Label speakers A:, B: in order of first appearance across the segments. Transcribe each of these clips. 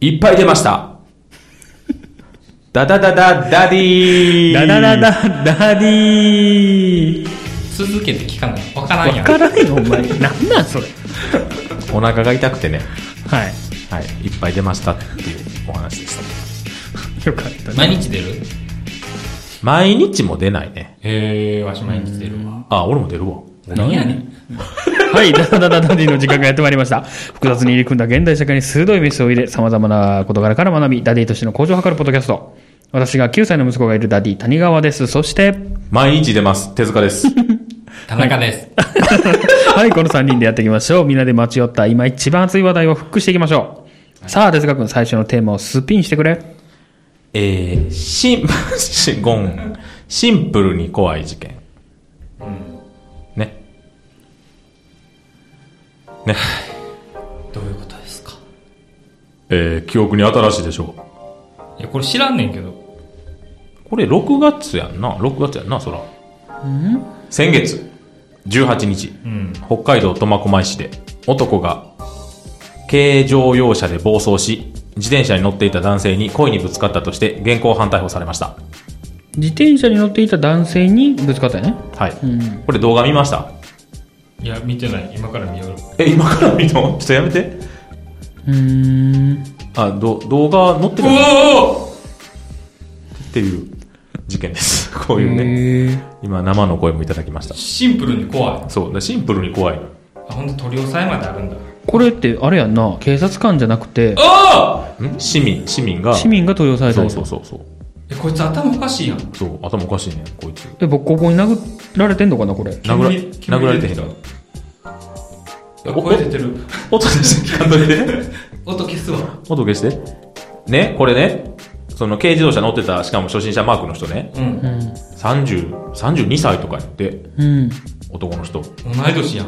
A: いっぱい出ました。ダダダダダディー
B: ダダダダダディー
C: 続けて聞かないわからん
B: わ
C: やん
B: からんよ、お前。なんなん、それ。
A: お腹が痛くてね、
B: はい。
A: はい、いっぱい出ましたっていうお話でした。
B: よかったね。
C: 毎日出る
A: 毎日も出ないね。
C: へえわし毎日出るわ
A: あ、俺も出るわ。
C: 何やねん
B: はい、ダダダダダディの時間がやってまいりました。複雑に入り組んだ現代社会に鋭いメスを入れ、様々な事柄から学び、ダディとしての向上を図るポッドキャスト。私が9歳の息子がいるダディ、谷川です。そして、
A: 毎日出ます。手塚 です。
C: 田中です
B: はい、この3人でやっていきましょう。みんなで待ち寄った今一番熱い話題をフックしていきましょう。さあ、哲学君、最初のテーマをスピンしてくれ。
A: えー、シン、シゴン、シンプルに怖い事件。ね。ね。
C: どういうことですか
A: えー、記憶に新しいでしょ
C: いやこれ知らんねんけど
A: う。これ6月やんな。6月やんな、そら。先月、18日、
C: うん
A: 北海道苫小牧市で、男が、軽乗用車で暴走し、自転車に乗っていた男性に故意にぶつかったとして、現行犯逮捕されました。
B: 自転車に乗っていた男性にぶつかったよね。
A: はい。
B: ん
A: これ動画見ました
C: いや見てない今から見よう
A: え、今から見るのちょっとやめて。
B: うーん。
A: あ、ど、動画載ってる
C: おお
A: っていう事件です。 こういうね。今、生の声もいただきました。
C: シンプルに怖い
A: そう。だシンプルに怖いの。
C: あほんと取り押さえまであるんだ
B: これって、あれやんな、警察官じゃなくて、
C: おお
A: ん市民、市民が。
B: 市民が取り押さえた
A: そ
B: や
A: う
B: つ
A: そうそうそう。
C: えこいつ頭おかしいやん
A: そう、頭おかしいね、こいつ。
B: で、ボッコボコに殴られてんのかな、これ。
A: 殴ら
C: 煙
A: 殴られてへんの
C: 煙出てきたあ声出てる
A: 音消して、聞かんといて。
C: 音消すわ
A: 音消して。ね、これね、その軽自動車乗ってた、しかも初心者マークの人ね、
C: うん
A: 30、32歳とかやって、
B: うん。
A: 男の人。
C: 同い年やん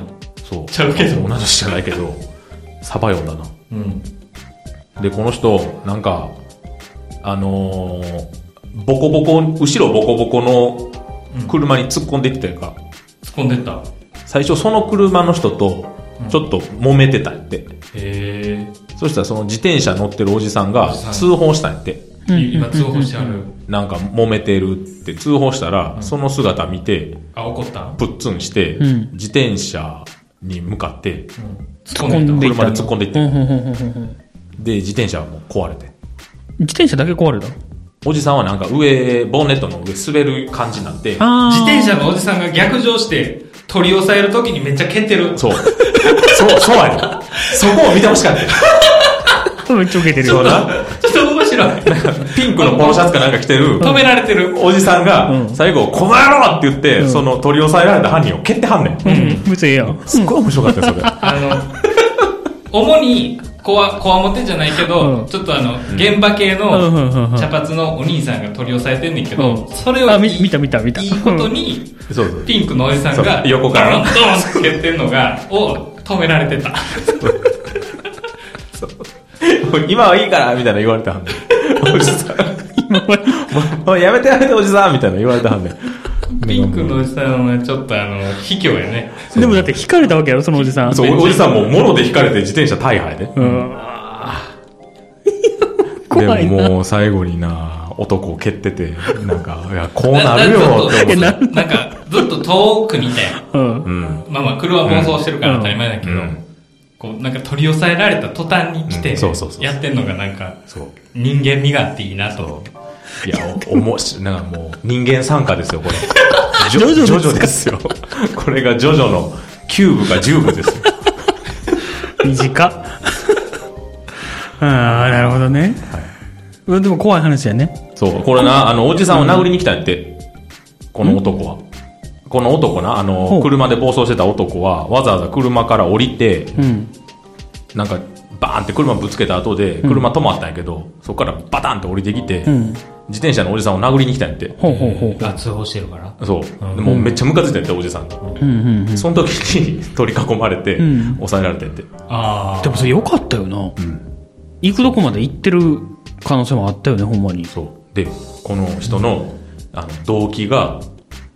A: そう。
C: ちゃうけど
A: 同じじゃないけど、サバ読んだな。
C: うん
A: で、この人、なんか、あのーボコボコ、後ろボコボコの車に突っ込んでいってたやんか。
C: 突っ込んでった
A: 最初その車の人と、ちょっと揉めてたんやって。
C: へ
A: そしたらその自転車乗ってるおじさんが
C: おじさん
A: 通報したんやって。
C: え今通報してある
A: なんか揉めてるって通報したら、その姿見て、
C: あ怒った
A: プッツンして、
B: うん
A: 自転車に向かって、
C: 突っ込んで
B: 突っ込ん
C: っ
B: でい
A: 車
B: った
A: で突っ込んでいって、
B: うんうんうんうんうん
A: で、自転車はもう壊れて。
B: 自転車だけ壊れた
A: おじさんはなんか上、ボンネットの上滑る感じになって、
C: た
B: あ
C: 自転車のおじさんが逆上して取り押さえるときにめっちゃ蹴ってる
A: そう。そう、そうやねんそこを見てほしかった。
B: 車 めっちゃ受けてる
A: そ
B: よ
A: う。な。
C: ちょっと面白い
A: ピンクのポロシャツかなんか着てる、
C: 止められてる
A: おじさん
B: う
A: が、
B: ん
A: 最後、この野郎って言って、その取り押さえられた犯人を蹴ってはんねん。
B: うん。むつええやん。
A: すっごい面白かった よ、それ。
C: あの主にこわこわもてじゃないけど、
B: うん
C: ちょっとあの現場系
B: うんうんうんう
C: の
B: ん
C: 茶髪のお兄さんが取り押さえてんねんけ
B: う
C: ど、
B: ん
C: それを
B: あ
C: いい
B: み見た見た見た
C: いいことに
A: そうそう。
C: ピンクのおじさんが
A: そう横から
C: ドーンドーンって蹴ってんのがを止められてた
A: 今はいいから、みたいな言われてはんねん。お じさん。
B: 今は
A: お前やめてやめて、おじさんみたいな言われてはんねん。
C: ピンクのおじさんはちょっとあの卑怯やね
B: でもだって引かれたわけやろ、そのおじさん。
A: そう、おおじさんも、もろで引かれて自転車大敗で。
B: うん。怖い
A: で
B: な
A: ももう最後にな、男を蹴ってて、なんか、いや、こうなるよって思っ
B: な
A: て。
B: ん
C: なんかずっと遠くにいたやん
B: うん
A: う。ん。
C: まあまあ車暴走してるから当たり前だけど、
A: うん
C: こうなんか取り押さえられた途端に来
A: う
C: て
A: んそうそうそう
C: やってんのがなんか
A: そう。
C: 人間味があっていいなと
A: いや、お、おもし、なんかもう、人間参加ですよ、こ れ。ジ
B: ジョジョですか
A: ジョジョですよ。これがジョジョの9部か10部ですよ。
B: 短っああなるほどね、うんでも怖い話やね
A: そう、これな、あの、おじさんを殴りに来たんやって。この男は。この男な、あ
B: ほ
A: の、
B: う
A: 車で暴走してた男は、わざわざ車から降りて、
B: うん
A: なんか、バーンって車ぶつけた後で、車止まったんやけど、そこからバタンって降りてきて、
B: うん
A: 自転車のおじさんを殴りに来たんやって。
B: ほうほうほう
C: あ通報してるから
A: そう。でもうめっちゃムカついたんやって、おじさんに。
B: うんうんうん
A: その時に取り囲まれて、
B: ん
A: 押さえられてんって。
C: あ
B: でもそれよかったよな、行くどこまで行ってる可能性もあったよねほんまに
A: そう。で、この人の、あの、動機が、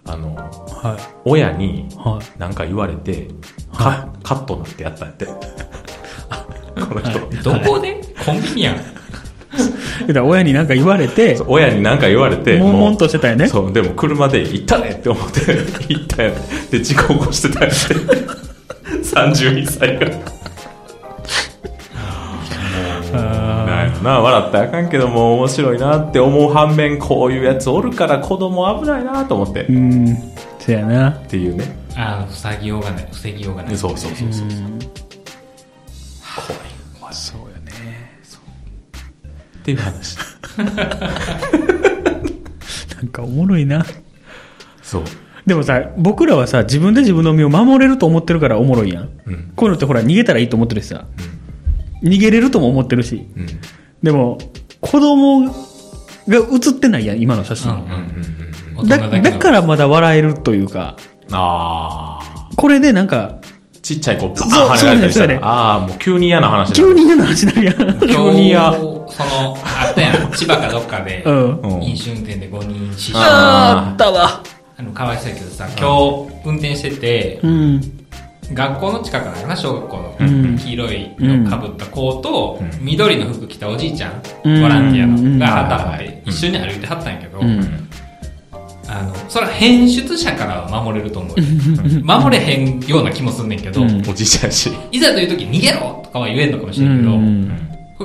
A: あの、
B: はい
A: 親に、
B: は
A: なんか言われて、 カカットなってやったんやって。この人。
C: どこでコンビニやん
B: だから親に何か言われて、
A: そう親に何か言われて
B: 悶々
A: もう
B: としてたよね
A: そうでも車で行ったねって思って 行ったよねで事故起こしてたよ ね32歳がなん
B: あ
A: やろな笑ったらあかんけども面白いなって思う反面こういうやつおるから子供危ないなと思って、っ
B: ーうん、そやな。
A: ていうね
C: ああ、防ぎようがない。防ぎようがない。
A: そうそうそうそう怖い
B: そうやね。
A: っていう話
B: なんかおもろいな。
A: そう
B: でもさ、僕らはさ、自分で自分の身を守れると思ってるからおもろいやん。
A: うん
B: こういうのってほら、逃げたらいいと思ってるしさ。逃げれるとも思ってるし。
A: うん
B: でも、子供が映ってないやん、今の写
C: う
B: 真。
C: んうんうん。
B: だ
C: 大人けの
B: だからまだ笑えるというか、
A: ああ
B: これでなんか、
A: ちっちゃい子、バー
B: そう
A: ン跳ねられたりした
B: そうねそうね
A: ら、ああ、もう急に嫌な話だ。
B: 急に嫌な話になるやん。
A: 急
C: 今
A: に
C: 日
A: や
C: その、あったやん。千葉かどっかで、
B: うん
A: うん
C: 飲酒運転で5人死傷。あ
A: あーあった
B: わ。
C: の、かわいそうやけどさ、今日運転してて、
B: うん。
C: 学校の近くだよな、小学校の。
B: うん
C: 黄色いのかぶった子と、
A: うん
C: 緑の服着たおじいちゃん、
B: うん
C: ボランティアの、が
A: うん
C: 旗っ
A: はいはい
C: て、一緒に歩いてはったんやけど、
B: うん。
C: あの、それは編出者からは守れると思うよ。守れへんような気もすんねんけど、
B: うん
A: おじいちゃんやし。
C: いざという時逃げろとかは言えんのかもしれんけど、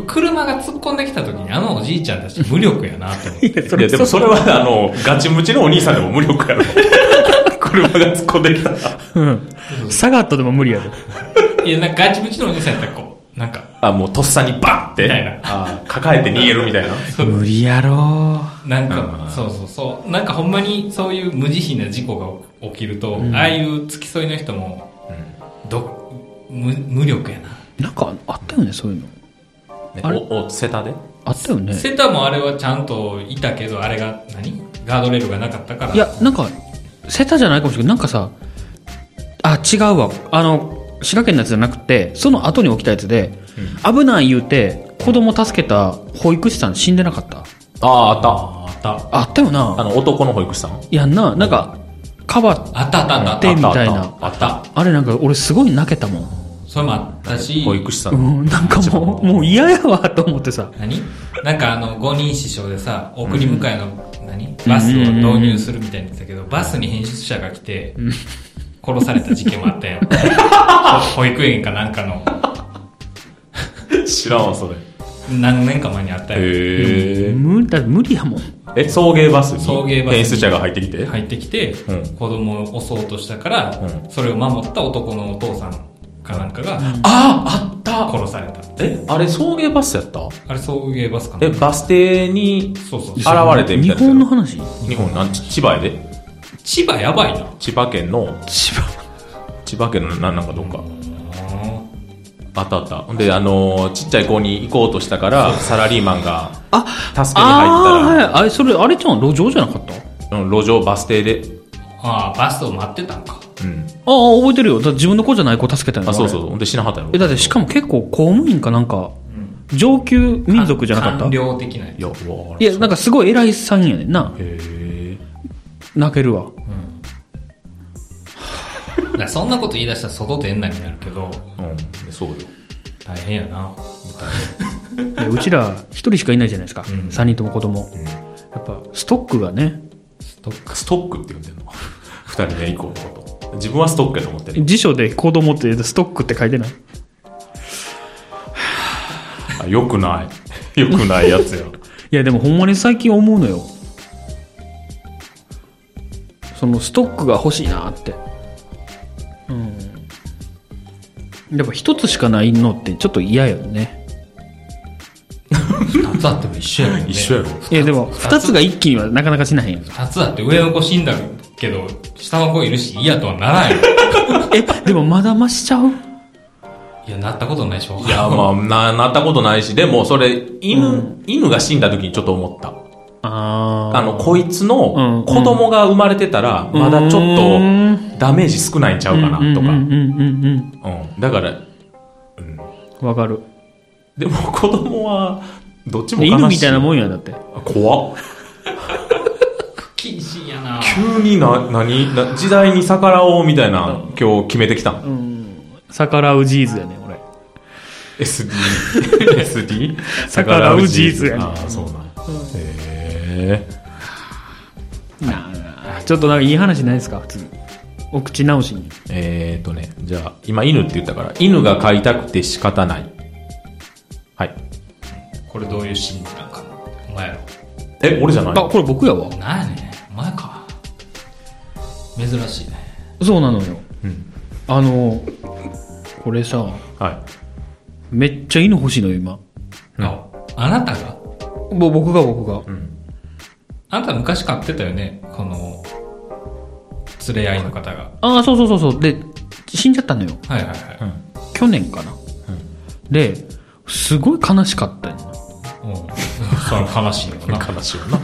C: これ車が突っ込んできた時にあのおじいちゃんたち無力やなと 思って。
B: や、
A: いや、でもそれは、あの、ガチムチのお兄さんでも無力 やろ。車が突っ込んできたら。
B: うん。サガットでも無理やで。
C: いや、なんかガチムチのお兄さんやったらこう、なんか、
A: あ、もうとっさにバンって
C: みたいな、
A: あー抱えて逃げるみたいな。
B: 無理やろ
C: なん
A: う
C: か
A: ん、
C: そうそうそう、なんかほんまにそういう無慈悲な事故が起きると、ああいう付き添いの人も、ど、無、無力やな。
B: なんかあったよね、そういうの。
A: ね
B: あれ
A: お、お、セタで
B: あったよね。
C: セタもあれはちゃんといたけど、あれが何、ガードレールがなかったから。
B: いや、なんか、セタじゃないかもしれないけど、なんかさ、あ、違うわ。あの、滋賀県のやつじゃなくて、その後に起きたやつで、危ない言うて、子供助けた保育士さん死んでなかった。
A: ああ、あった。あっ
B: あったよ
A: た。あ
B: な。
A: の、男の保育士さん。
B: やんな。なんか、カバー、
C: あったあったあったあっ
B: で
C: た。
B: みたいな
A: あった。あっ
B: あれなんか俺すごい泣けたもん。
C: それもあったし、
A: た保育士さ。
B: うんん、なんかもう、もう嫌やわと思ってさ。
C: 何なんかあの、5人師匠でさ、送り迎えの、何バスを導入するみたいに言ってたけど、バスに編集者が来て、殺された事件も あったよ。保育園かなんかの、
A: 知らんわ、それ。
C: 何年か前にあったよ。
A: へえ。
B: 無理だ、無理やもん。
A: え、送迎バスに
C: 送迎バスに
A: 変質者が入ってきて。
C: 入ってきて、
A: うん
C: 子供を襲おうとしたから、
A: う
C: それを守った男のお父さんかなんかが、あああった殺された。
A: え、あれ送迎バスやった
C: あれ、送迎バスかな
A: え、バス停に
C: そうそう
A: 現れてみ
B: 日
A: たいな。
B: 本の話
A: 日本なんち千葉やで
C: 千葉やばいな。
A: 千葉県の
B: 千葉。
A: 千葉県のななんかどっかあったあったほんであのーちっちゃい子に行こうとしたからサラリーマンが助けに入っ
B: ああー、はい。あれ、それ、あれちゃん、路上じゃなかったあ
A: たらうん路上バス停で
C: ああ、バスを待ってたんか。
A: うん
B: あ、覚えてるよ。だって自分の子じゃない子助けたんや
A: あそうそう
B: う。
A: ほんで死なはったやろ
B: え、だってしかも結構公務員かなんか、上級民族じゃなかった
C: 官僚的なやつ
A: いやうわ
B: いや、なんかすごい偉いさんやねんな。
A: へえ
B: 泣けるわ。
C: だからそんなこと言い出したら外と園内になるけど、
A: うんそうよ
C: 大変やな。
B: でうちら、一人しかいないじゃないですか。
C: うん
B: 三人とも子供。やっぱ、ストックがね、
C: ストック。
A: ストックって呼んでんの 二人目以降のこと自分はストックやと思ってる
B: 辞書で子供ってストックって書いてない
A: あよくない よくないやつや
B: いやでもほんまに最近思うのよそのストックが欲しいなってうんやっぱ一つしかないのってちょっと嫌よね
C: 二つあっても一緒やもんね。
A: 一緒やろ
B: いやでも二つが一気にはなかなかしないやん
C: 二つあって上の子死んだけど、下の子いるし嫌とはならんよ。
B: えでもまだ増しちゃう
C: いや、なったことないでしょ。
A: い や、まあ、な、なったことないし、でも、それ、犬、犬が死んだ時にちょっと思った。
B: あ
A: あの、こいつの
B: うん
A: 子供が生まれてたら、まだちょっとダメージ少ないんちゃうかな、とか。
B: う
A: うん
B: うんうんうん
A: ん。だから、
B: うんわかる
A: でも 子供は、どっちも悲しい。
B: 犬みたいなもんやだって
A: 怖っ。
C: 禁止やな。
A: 急に な、何な時代に逆らおうみたいな、今日決めてきたの
B: うん逆らうジーズやね俺
A: SD、SD? 逆らうジーズ。
B: 逆ら
A: あ
B: うジーズやね
A: あ、そうなん。へえ。
B: なあちょっとなんかいい話ないですか普通にお口直しに
A: えーとね、じゃあ、今犬って言ったから、犬が飼いたくて仕方ない。はい。
C: これどういうシーンなんかなお前ら。
A: え、俺じゃない
B: あこれ僕やわ
C: なんやねん。お前か。珍しいね。
B: そうなのよ、
A: うん
B: あのこれさ
A: は
B: めっちゃ犬欲しいのよ今
A: うん
C: ああなたが
B: ぼ僕が僕が
A: い。うん。
C: あなた昔買ってたよねこの、連れ合いの方が。
B: ああそうそうそうそうで死んじゃったのよ
C: はいはいは
B: 去年かな、ですごい悲しかったんや
C: い。うん。 それ悲しいよな。
A: 悲しいよな。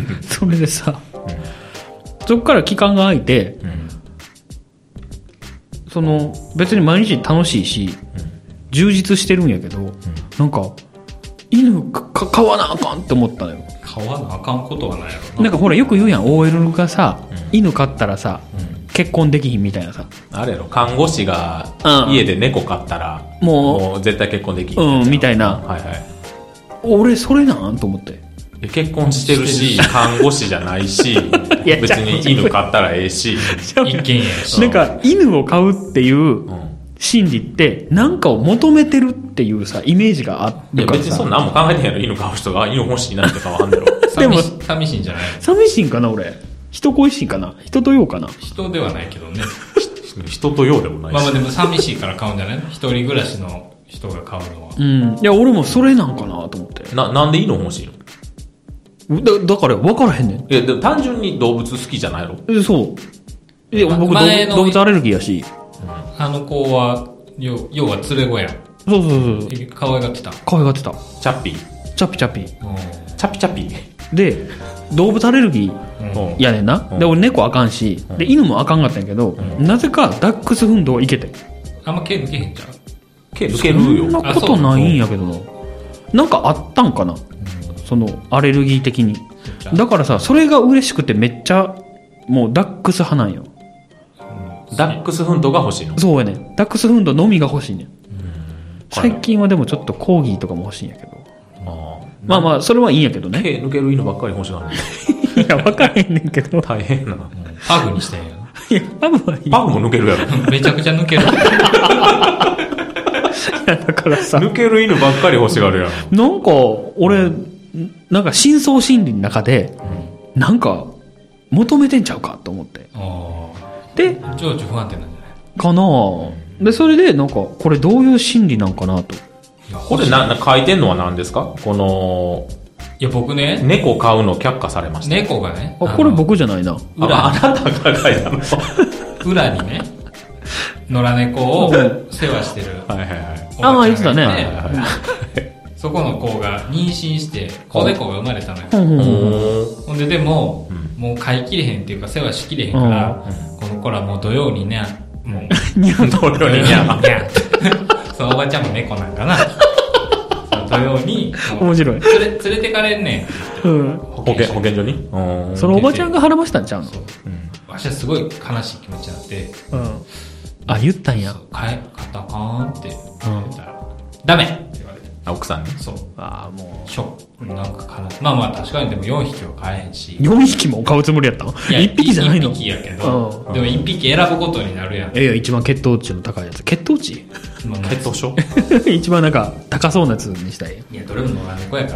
B: それでさ、そっから期間が空いて
A: うん。
B: その別に毎日楽しいし、充実してるんやけど、なんか犬かか飼わなあかんって思ったのよ
C: 買わなあかんことはないやろ
B: なん
C: な。
B: かほらよく言うやん OL がさ、犬飼ったらさ、結婚できひんみたいなさ
A: あれやろ、看護師が
B: うん
A: 家で猫飼ったら、
B: もう
A: う絶対結婚できん
B: うんみたいな
A: はいはい。
B: 俺それなんと思って
A: え結婚してるし、看護師じゃないし、
B: い や
A: 別に犬飼ったらええし、
C: 一軒家やし。
B: なんか犬を飼うっていう
A: うん。
B: 心理って何かを求めてるっていうさイメージがあ
A: い
B: る
A: や
B: から
A: 別にそん
B: さ
A: なんも考えてへんやろ、犬飼う人が、あ犬欲しいなってかわかんねやろ。
B: でも
C: 寂し寂しいんじゃない
B: 寂しいんかな俺人恋しいんかな人とようかな
C: 人ではないけどね。
A: 人と用でもな
C: まあ
A: い
C: まあ
A: し。
C: でも寂しいから買うんじゃないの一人暮らしの人が買うのは。
B: うんいや俺もそれなんかなと思って
A: な、なんで犬欲しいの
B: だだから分からへんねん
A: いや、でも単純に動物好きじゃないやろ。
B: えそういや
C: ま
B: 僕動
C: 前の
B: 動物アレルギーやし
C: あの子は、要要は連れ子やん。
B: そうそうそう
C: 可愛がってた。
B: 可愛がってた
A: チャッピー。
B: チャピチャピ
C: う
A: チャピチャピー。
B: で動物アレルギー
C: ん。
A: うん
B: やねんな、
A: うん
B: で俺猫あかんし、で犬もあかんかったんやけど、なぜかダックスフンドはいけて
C: あんま毛抜けへんじゃん。
A: 毛抜けるよ。
B: そんなことないんやけどななんかあったんかな、そのアレルギー的に
C: じゃ
B: だからさそれが嬉しくてめっちゃもうダックス派なんよ
A: ダックスフントが欲しいの。
B: そうやねんダックスフンドのみが欲しいねん最近はでもちょっとコーギーとかも欲しいんやけど
A: あ
B: まあまあそれはいいんやけど
A: あ。
B: ね
A: 毛抜ける犬ばっかり欲しがるの。
B: いや分からへんねんけど
A: 大変な。
C: パグにしてんやな。
B: いや多分はいい
A: パグも抜けるやろ。
C: めちゃくちゃ 抜ける。
B: やだからさ
A: 抜ける犬ばっかり欲しがるやろ。
B: なんか俺なんか深層心理の中でなんか求めてんちゃうかと思って
C: あ
B: で
C: あ。情緒不安定なんじゃない
B: かなあでそれでなんかこれどういう心理なんかなと
C: いや
A: これな、な書いてんのは何ですかこの、
C: いや、僕ね、
A: 猫飼うの却下されました。
C: 猫がね、
B: あこれ僕じゃないな
C: の裏
A: ああなたが書いたの
C: 裏にね、野良猫を世話してる。
A: はいはいはい。
B: ああ言ってたね
C: おばちゃんがいてそこの子が妊娠して、子猫が生まれたのよ。
B: うんうんうん
A: お
C: ほんででも、
A: う
C: もう飼いきれへんっていうか世話しきれへんから、この子らもう土曜にね、もう、
B: にゃんと
A: ー。これ
C: にゃ
A: は
C: んにゃん そのおばちゃんも猫なんかな。土曜に、も
B: 面
C: う
B: 白い、
C: 連れ、連れてかれんねん。
B: うん、
A: 保健、保健所にうん
B: そのおばちゃんが孕ましたんちゃうの
C: そう。わしはすごい悲しい気持ちになって、
B: うんあ言ったんや
C: 飼え、飼ったらあかんって言ったら、ダメって言われて。
A: あ奥さんに。
C: そう。
B: ああも
C: ショック。なんか悲しい。まあまあ確かにでも4匹は飼えへんし
B: う。4匹も買うつもりやったの
C: いや
B: ?1 匹じゃないの
C: 一匹やけど
A: う、ん
C: でも一匹選ぶことになるやん。
B: いや一番血糖値の高いやつ血糖 値
C: まあまあ
A: 血糖症
B: 一番なんか高そうなやつにしたい
C: いや、どれも野良猫やか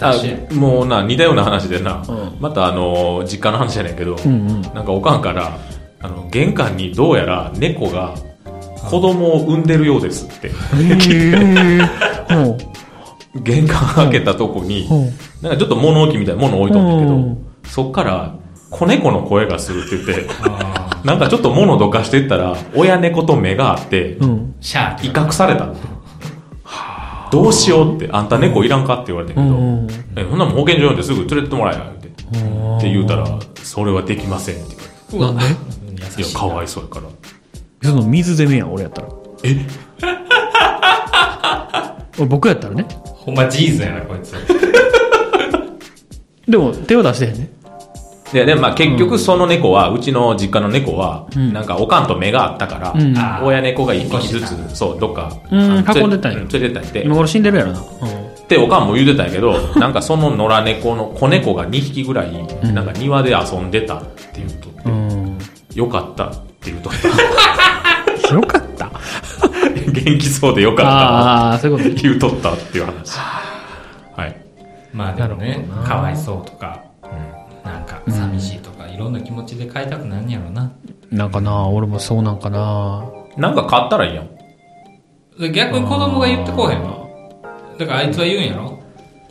C: ら。
A: あ
C: 私
A: もうな、似たような話でな、
B: うん
A: またあの、実家の話じゃないけど、
B: うんうん
A: なんかおかんから、あの、玄関にどうやら猫が子供を産んでるようですって。
B: へ えも
A: 玄関開けたとこに、
B: うんうん
A: なんかちょっと物置みたいな物置いとんだけど、
B: うん
A: そっから子猫の声がするって言って、
C: あ
A: なんかちょっと物どかしていったら、親猫と目があって、
B: う、うん、
C: ーシャーって
A: 威
C: 言うから
A: 嚇されたって。どうしようって、あんた猫いらんかって言われてんけど、
B: うんうん
A: え、ほんなもん保健所呼んですぐ連れてってもらえよって。って言うたら、それはできませんって言われ
C: うわ
B: なんで
A: て。
C: 優
A: い
C: しい
A: や、かわいそうやから。
B: その水攻めやん俺やったら
A: え
B: 俺 僕やったらね
C: ほんまジーズやな、こいつ。
B: でも手を出してへんね
A: いや、でもまあ結局その猫は、うちの実家の猫は、なんかおかんと目があったから、
B: ん
A: あー親猫が一匹ずつ、そう、どっか、
B: うん
A: あの
B: 囲んでたんや
A: 連れ連れてったり
B: 今
A: っ
B: 頃死んでるやろな。
A: て、で、おかんも言うてたんやけど、なんかその野良猫の子猫が2匹ぐらい、なんか庭で遊んでたっていうとって、
B: うん。
A: よかった っていうとって、
B: よかった。
A: 元気そうでよかっ
B: ああ、そういう
A: た
B: こ
A: って言うとったっていう話。はい。
C: まあでもね
B: なるほどな
C: かわいそうとか、なんか寂しいとか、いろんな気持ちで飼いたくなんやろな
B: と。なんかな、俺もそうなんかな。
A: なんか買ったらいいやん。
C: 逆に子供が言ってこうへんわだからあいつは言うんやろ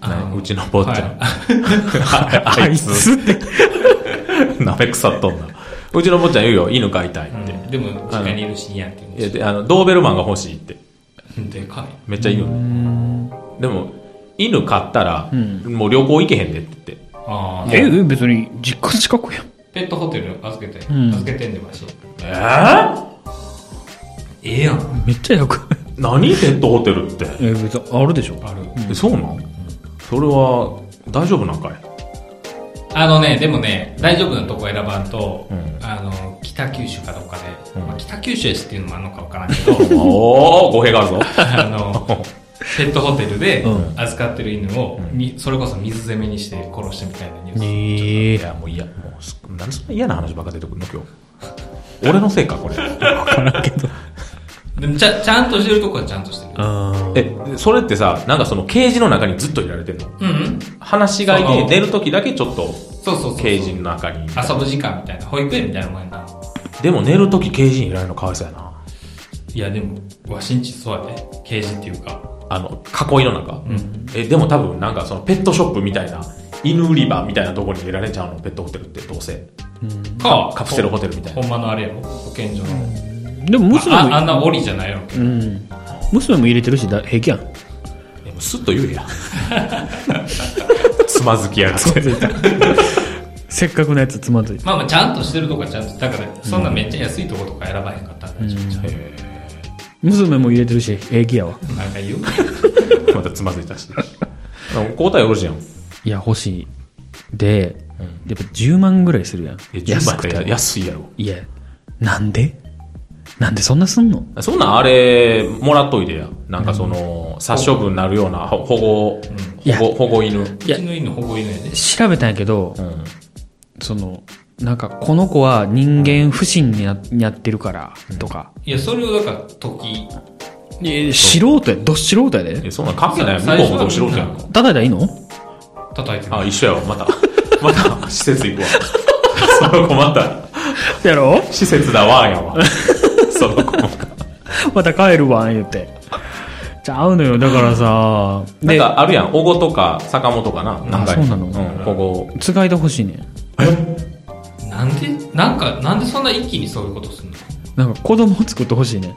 C: あの
A: ねうちの坊ちゃん。 あ
B: あ
A: い
B: い
A: つ、
B: つっ て。
A: なめ腐っとんな。うちの坊ちゃん言うよ、犬飼いたいっ
C: で
A: て。
C: でも実家にいるし嫌って言
A: いやであのドーベルマンが欲しいって。
C: うんでか
A: めっちゃ言うよね。でも、犬飼ったら、
B: うん
A: もう旅行行けへんでって
C: いああ
B: え、別に実家近くやん。
C: ペットホテル預けて、
B: ん
C: 預けてんでわし
A: 言って。えー、
C: ええやん
B: めっちゃよく。
A: 何ペットホテルって。
B: え、別にあるでしょ。
C: ある
A: えそうなんそれは、大丈夫なんかい
C: あのねでもね大丈夫なとこ選ばんと、
A: うん
C: あの北九州かどっかで、
A: うん
C: まあ、北九州市っていうのもあんのかわからんけど
A: おー、語弊があるぞ。
C: あのペットホテルで
B: う
C: 預かってる犬を、にそれこそ水攻めにして殺したみたいなニュース、
A: いや、もう嫌。もうす、なんでそんな嫌な話ばっか出てくるの今日。俺のせいか、これ。
C: でもちゃちゃんとしてるとこはちゃんとしてる
B: あ
A: え、それってさ、なんかそのケージの中にずっといられてんの
C: うんうん
A: 話し飼い
C: そ
A: で
C: の
A: 寝るときだけちょっと
C: そうそうそうそう
A: ケージの中に。
C: 遊ぶ時間みたいな保育園みたいなもんやな
A: でも寝るときケージにいられるのかわいそうやな。
C: いやでもわしんちそうやでケージっていうか
A: あの、囲いの中。
C: ん
A: え、でも多分なんかそのペットショップみたいな、犬売り場みたいなところに入れられちゃうの、ペットホテルってどうせ。
C: か
A: カプセルホテルみたいな
C: ほんまのあれやろ保健所の、
B: でも娘
C: あああん
B: も、
C: な檻じゃないやろうけ
B: う
C: ど
B: ん。娘も入れてるし、だ平気や ん。
A: えもうスッと言うや。 つまずきやがって。
B: せっかくのやつつまずいて。
C: まあまあちゃんとしてるとこはちゃんとだからそんなめっちゃ安いとことか選ばへんかったら大丈夫じゃん、
B: 娘も入れてるし、平気やわ。
C: なんか言う
A: またつまずいたし。交代よろしいやん。
B: いや、欲しい。で、やっぱ10万ぐらいするやん。
A: え、10
B: 安
A: 万
B: く
A: やったら
B: て。
A: 安いやろ。
B: いや、なんでなんでそんなすんの
A: そんなんあれ、もらっといてや。なんかその、殺処分になるようなほ保護、
B: いや
A: 保護、保護犬。
C: う
B: いや
C: ちの犬保護犬やで
B: 調べたんやけど
A: う、ん。
B: その、なんか、この子は人間不信になになってるから、とか。
C: いやそれをだから時
B: 素人や、ど素人やで。
A: え、そんなん関係ない。向
C: 最
A: こ
C: 初
A: うもどうしろってやんか。
B: 叩いたらいいの
C: 叩いてる
A: あ、一緒やわ。また、また、施設行くわ。その子また、
B: やろ
A: 施設だわ、やわ。その子も。
B: また帰るわ、言うて。ちゃうのよ、だからさ、
A: なんかあるやん。おごとか、坂本かな。なんか
B: あそうなの
A: うん、保護。
B: つがいでほしいねん。
C: なんでなんかなんでそんな一気にそういうことすんの
B: なんか、子供を作ってほしいねん。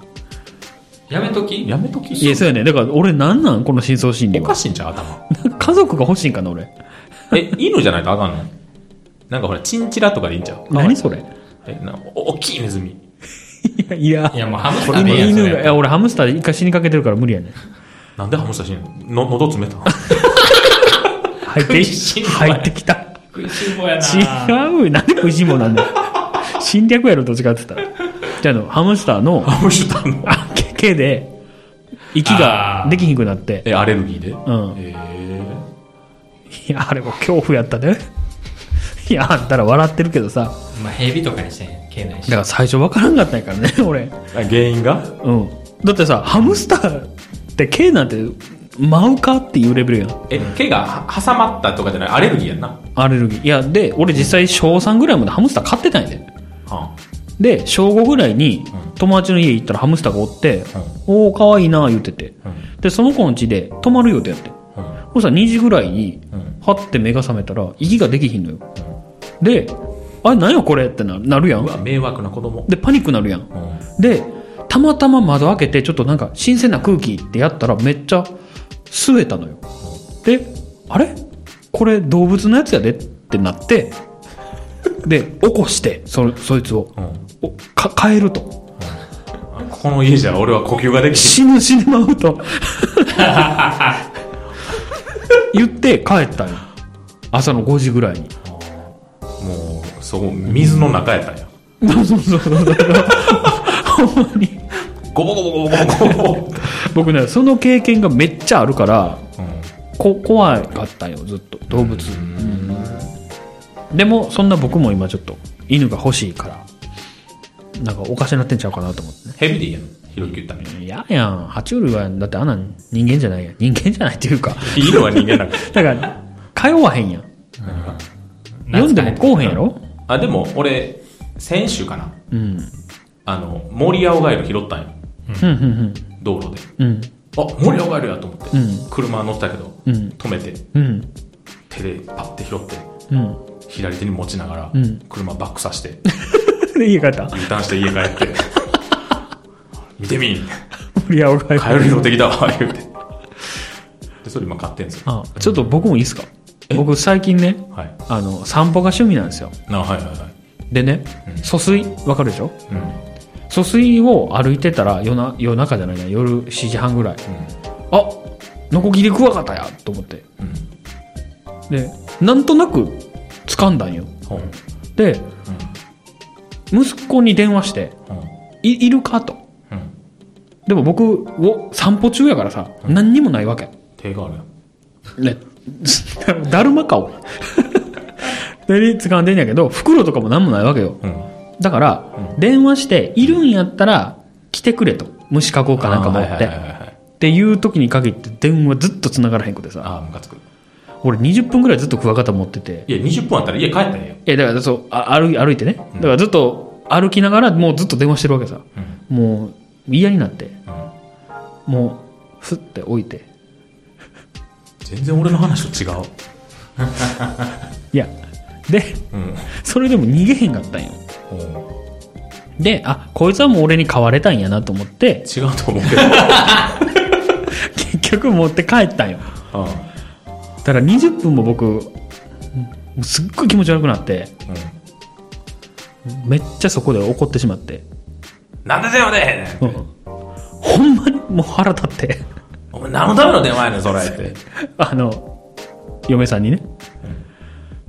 C: やめとき
A: やめとき
B: いや、そうやねん。だから、俺なんなんこの真相心理
A: おか
B: は。
A: しいんちゃう頭。
B: 家族が欲しいんかな、俺。
A: え、犬じゃないとあかんのなんかほら、チンチラとかでいいんちゃう
B: 何それい
A: え、な、お大きいネズミ。
B: や、いや
C: い。やもうハムスターで
B: 犬
C: いいやんそ
B: 犬
C: れ
B: が、いや、俺ハムスターで一回死にかけてるから無理やねん。
A: なんでハムスター死ぬのの喉詰めたの
B: 入って、
C: 食いしん坊や
B: 入ってきた。
C: 食いしん坊や
B: 違
C: な
B: うなんで食いしん坊なんだよ。侵略やろ、どっちかって言ったら。じゃああの、ハムスターの、
A: ハムスターの。
B: あ毛毛で、息ができひんくなって。
A: え、アレルギーで
B: うん。
A: えー
B: いや、あれも恐怖やったね。いや、あんたら笑ってるけどさ。
C: まあ蛇とかにしてん毛ないし
B: だから最初わからんかったんやからね、俺。
A: あ原因が
B: うん。だってさ、ハムスターって毛なんて舞うかっていうレベルやん。
A: え、毛がは挟まったとかじゃない、アレルギーやんな。
B: アレルギー。いや、で、俺実際小3ぐらいまでハムスター飼ってたんやで。
A: は
B: で、小5ぐらいに
A: うん
B: 友達の家行ったらハムスターがおって、おおー、かわいいな言うてて。
A: うん
B: で、その子の家で泊まる予定やっ
A: あ
B: て。
A: うん
B: そしたら2時ぐらいに
A: うん、
B: はって目が覚めたら、息ができひんのよ。で、あれ、なんやこれってななるや
A: うんう。わ、迷惑な子供。
B: で、パニックなるやん。
A: うん
B: で、たまたま窓開けて、ちょっとなんか新鮮な空気ってやったら、めっちゃ吸えたのよ。で、あれこれ動物のやつやでってなって、で、起こして、そ、そいつを、
A: うん
B: おか、変えると。
A: この家じゃ俺は呼吸ができひ
B: 死ぬ死ぬまうと。言って帰ったんよ。朝の5時ぐらいに。
A: んもう、そこ、水の中やったんや。
B: そうそうそうそうそう。ほんまに。
A: ゴボゴボゴボゴボゴボ。
B: 僕ね、その経験がめっちゃあるから、
A: うん
B: こ怖かったよ、ずっと。動物。うんでも、そんな僕も今ちょっと、犬が欲しいから、なんかおかしなってんちゃうかなと思ってね。
A: ヘビでいいやん。ひろゆき言ったね。
B: いややん、爬虫類は、だってあんなん人間じゃないやん。人間じゃないっていうか、
A: 犬は人間なんか。
B: だから、通わへんやん。読んでもこうへんやろ
A: あ、でも、俺、先週かな。
B: うん。
A: あの、森青ガエル拾ったんよ。
B: うん、うん、
A: 道路で。
B: うん。うん。
A: あ、森青ガエルやと思って。
B: うん
A: 車乗ったけど、
B: うん
A: 止めて、
B: うん。
A: 手でパッて拾って、
B: うん。
A: 左手に持ちながら、
B: うん
A: 車バックさして、
B: で、家帰った。
A: U ターンして家帰って、 見てみん
B: 森青が
A: カエル拾ってきたわ、言うて。で、それ今買ってんすよ。
B: あちょっと僕もいいですか僕最近ね、
A: はい。
B: あの、散歩が趣味なんですよ。
A: あ、はいはいはい。
B: でね、疎水、わかるでしょ
A: うん。
B: 疎水を歩いてたら、夜な、夜中じゃないな、夜7時半ぐらい。あノコギリクワガタやと思って。
A: うん。うん。
B: で、なんとなく掴んだんよ。
A: ほう。
B: で、息子に電話して、
A: うん。
B: いいるかと。
A: うん。
B: でも僕、を散歩中やからさ、何にもないわけ。
A: 手があるやん。
B: ね、 だるまか を。で、掴んでんやけど、袋とかも何もないわけよ。
A: うん。
B: だから、電話して、いるんやったら、来てくれと。虫かこうかなんか持っ
A: あー
B: て。
A: はいはいはいはい
B: っていう時に限って、電話ずっと繋がらへんくてさ。
A: あー、ムカつく。
B: 俺20分ぐらいずっとクワガタ持ってて。
A: いや、20分あったら家帰ったらええよ。
B: いや、だからそう、あ歩い歩いてね。だからずっと歩きながら、もうずっと電話してるわけさ。もう、嫌になって、
A: うん。
B: もう、ふって置いて。
A: 全然俺の話と違う。
B: いや、で、
A: うん。
B: それでも逃げへんかったんよ。
A: おう
B: で、あ、こいつはもう俺に買われたんやなと思って、
A: 違うと思う けど。
B: 結局持って帰ったんよ。
A: うん。
B: だから20分も僕、もうすっごい気持ち悪くなって、
A: うん。
B: めっちゃそこで怒ってしまって、
A: なんで電話で
B: うんほんまにもう腹立って、
A: お前何のための電話やねん、それって。
B: あの、嫁さんにね、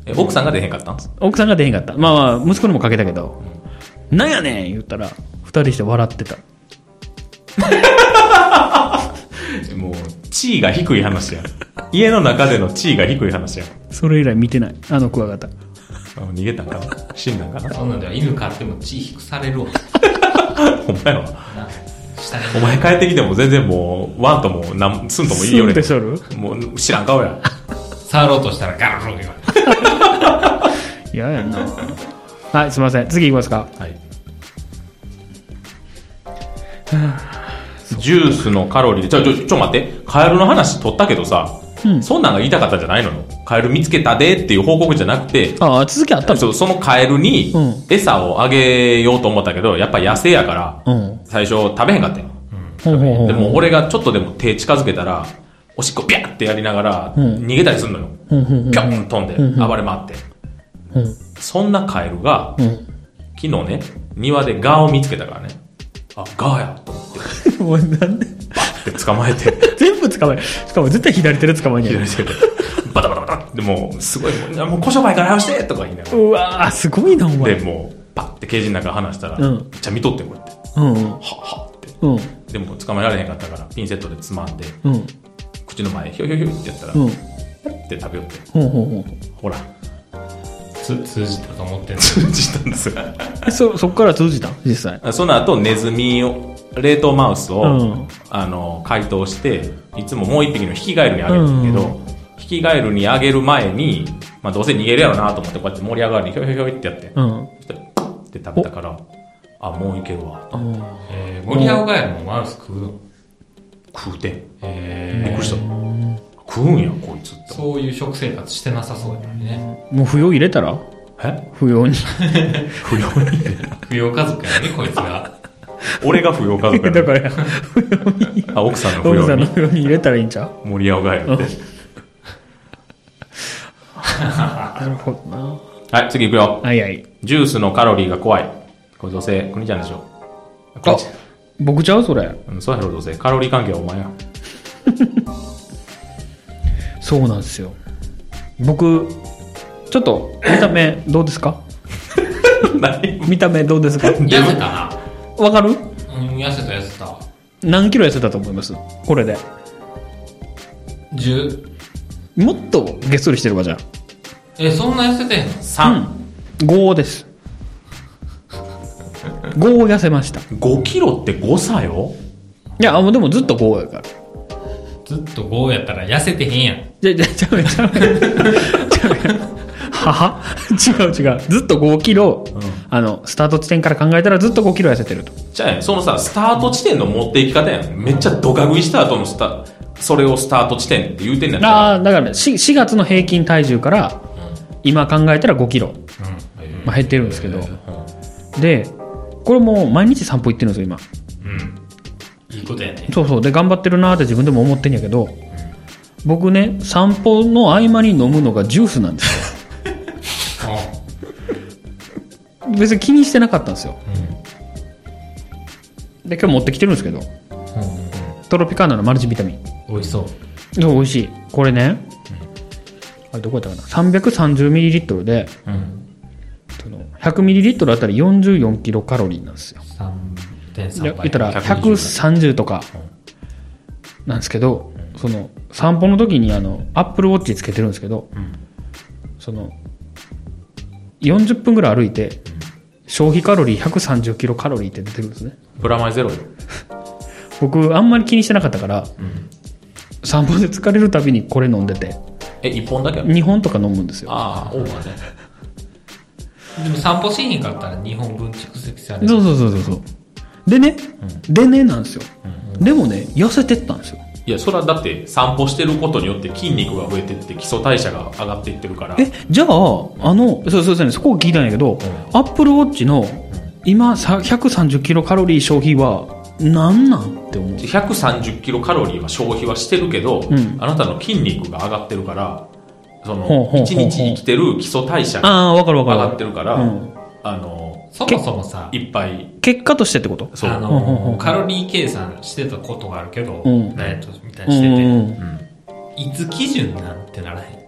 A: え、奥さんが出へんかったんす
B: 奥さんが出へんかった。まあまあ、息子にもかけたけど、なんやねん言ったら、二人して笑ってた。
A: もう、地位が低い話やん。家の中での地位が低い話やん。
B: それ以来見てない、あのクワガタ。
A: あ逃げたんかな死んだんかな
C: そんなんでは犬飼っても血引くされ るわ。
A: お前は。
C: な下
A: お
C: に。
A: 前帰ってきても全然もう、ワンとも、なん、すんともいいよ
B: スン
A: ね
B: ってしょる
A: もう、知らん顔や。
C: 触ろうとしたらガルルル言われる。
B: 嫌ややんな。はい、すいません。次いきますか。
A: はい。 ジュースのカロリーで、ちょ、ちょ、ちょ、待って。カエルの話取ったけどさ、
B: うん
A: そんなんが言いたかったんじゃないのよ。カエル見つけたでっていう報告じゃなくて、
B: ああ、続きあったの
A: そうそのカエルに
B: うん
A: 餌をあげようと思ったけど、やっぱ野生やから、
B: うん。
A: 最初食べへんかったよ。
B: ほうほうほう
A: でも俺がちょっとでも手近づけたら、おしっこビャーってやりながら、
B: うん
A: 逃げたりするのよ。
B: うんうん
A: ぴょん飛んで、
B: うん
A: 暴れ回って。
B: うん
A: そんなカエルが、
B: うん
A: 昨日ね、庭でガーを見つけたからね。あ、ガーやと思っ
B: もうなんで
A: て捕まえて、
B: 全部捕まえしかも絶対左手で捕まえんや
A: 左手で、バタバタバタって、もう、すごい、もう、もう小商売から話してとか言いなが
B: うわーすごいなお
A: ら。
B: 前
A: で、もう、パッてケージの中離したら、
B: うん
A: めっちゃ見とってんこうやって。
B: うんうん
A: はっはって。
B: うん
A: でも捕まえられへんかったから、ピンセットでつまんで、
B: うん
A: 口の前、ひょひょひょってやったら、
B: う
A: ペ
B: ん
A: ッて食べよって。
B: ほうほうほう
A: ほら、
C: つ通じたと思ってんの。
A: 通じたんですよ。
B: えそそっから通じたん実際
A: その後、ネズミを、冷凍マウスを、
B: うん
A: あの、解凍して、いつももう一匹のヒキガエルにあげるんだけど、
B: う
A: ヒキガエルにあげる前に、まあどうせ逃げるやろなと思って、こうやって盛り上がりにひょひょひょいってやって、
B: うん
A: そしたら、パッて食べたから、あ、もういけるわ。
C: えー、森青ガエルもマウス食うの。
A: 食うて。びっ
C: え
A: くりした。食うんや、こいつって
C: ー、。そういう食生活してなさそうやのにね。
B: もう不要入れたら
A: え
B: 不要に
A: 不要に
C: 不要家族やね、こいつが。
A: 俺が不要家族や
B: だ
A: か
B: から
A: あ、奥さんの
B: ノ
A: 不
B: ブさ
A: 要
B: ん
A: に。
B: の不要に入れたらいいんちゃう
A: 森青ガエルって。
B: なるほどな
A: はい、次行くよ。
B: はいはい
A: ジュースのカロリーが怖い。これ女性、国ちゃんでしょ。
B: あ僕ちゃうそれ
A: うん、そうやろ、どうせ。カロリー関係はお前や。
B: そうなんですよ僕ちょっと見た目どうですか
A: 何
B: 見た目どう ですか
C: 痩せたな。
B: わかる
C: うん、痩せた痩せた。
B: 何キロ痩せたと思いますこれで。
C: 10。
B: もっとげっそりしてるわ、じゃ
C: え、そんな痩せてんの
A: ?3。
B: あ。5です。5を痩せました。い
A: 5キロって誤差よ
B: や、あもうでもずっと5やから。
C: ずっと5やったら痩せてへんやん。
B: じゃ、じゃ、ちゃうやんちゃうやんちゃうやん はは違う違う。ずっと5キロ、あの、スタート地点から考えたらずっと5キロ痩せてると。
A: じゃあね、そのさ、スタート地点の持っていき方やん。めっちゃドカ食いした後のスタ、それをスタート地点って言うてんねん
B: あ
A: あ。
B: あ、だから4、4月の平均体重から、今考えたら5キロ、まあ、減ってるんですけど。で、これもう毎日散歩行ってるんですよ、今。
C: いいことやね。
B: そうそう。で、頑張ってるなーって自分でも思ってんやけど、僕ね、散歩の合間に飲むのがジュースなんですよ。別に気にしてなかったんですよ。で、今日持ってきてるんですけど、トロピカーナのマルチビタミン。
C: 美味しそう。
B: そう、美味しい。これね、あれどこやったかな ?330ml で、
C: うん。
B: その 100ml あたり44キロカロリーなんですよ。いや
C: 3.3
B: 言
C: 倍。
B: ったら
A: 120
B: 130とかなんですけど、その散歩の時にあのアップルウォッチつけてるんですけど、その40分ぐらい歩いて消費カロリー130キロカロリーって出てくるんですね
A: プラマイゼロよ。
B: 僕あんまり気にしてなかったから、散歩で疲れるたびにこれ飲んでて
A: え、1本だけ
B: 2本とか飲むんですよ
A: ああ、オーバーね。
C: でも散歩しへんかったら2本分蓄積される。
B: そうそうそうそうそうでね、でねなんですよ、でもね痩せてったんですよ
A: いや、それはだって散歩してることによって筋肉が増えてって基礎代謝が上がっていってるから。
B: えじゃああのそうそうそうそこを聞いたんやけど、アップルウォッチの今さ130キロカロリー消費は何なんって思う
A: 130キロカロリーは消費はしてるけど、
B: ん
A: あなたの筋肉が上がってるから、そ
B: ほう
A: の、
B: ほうほうほう
A: 1日生きてる基礎代謝が
B: ああ分かる分
A: 上
B: かる
A: がってるから、
B: うん
A: あの、
C: そもそもさ、
A: いっぱい、
B: 結果としてってこと
A: そう
C: あ
B: ほうほうほう
C: の、カロリー計算してたことがあるけど、
B: うん
C: ダイエットみたいうに
B: ん
C: して
B: う
C: て、
B: んうん
C: いつ基準なんてならへん。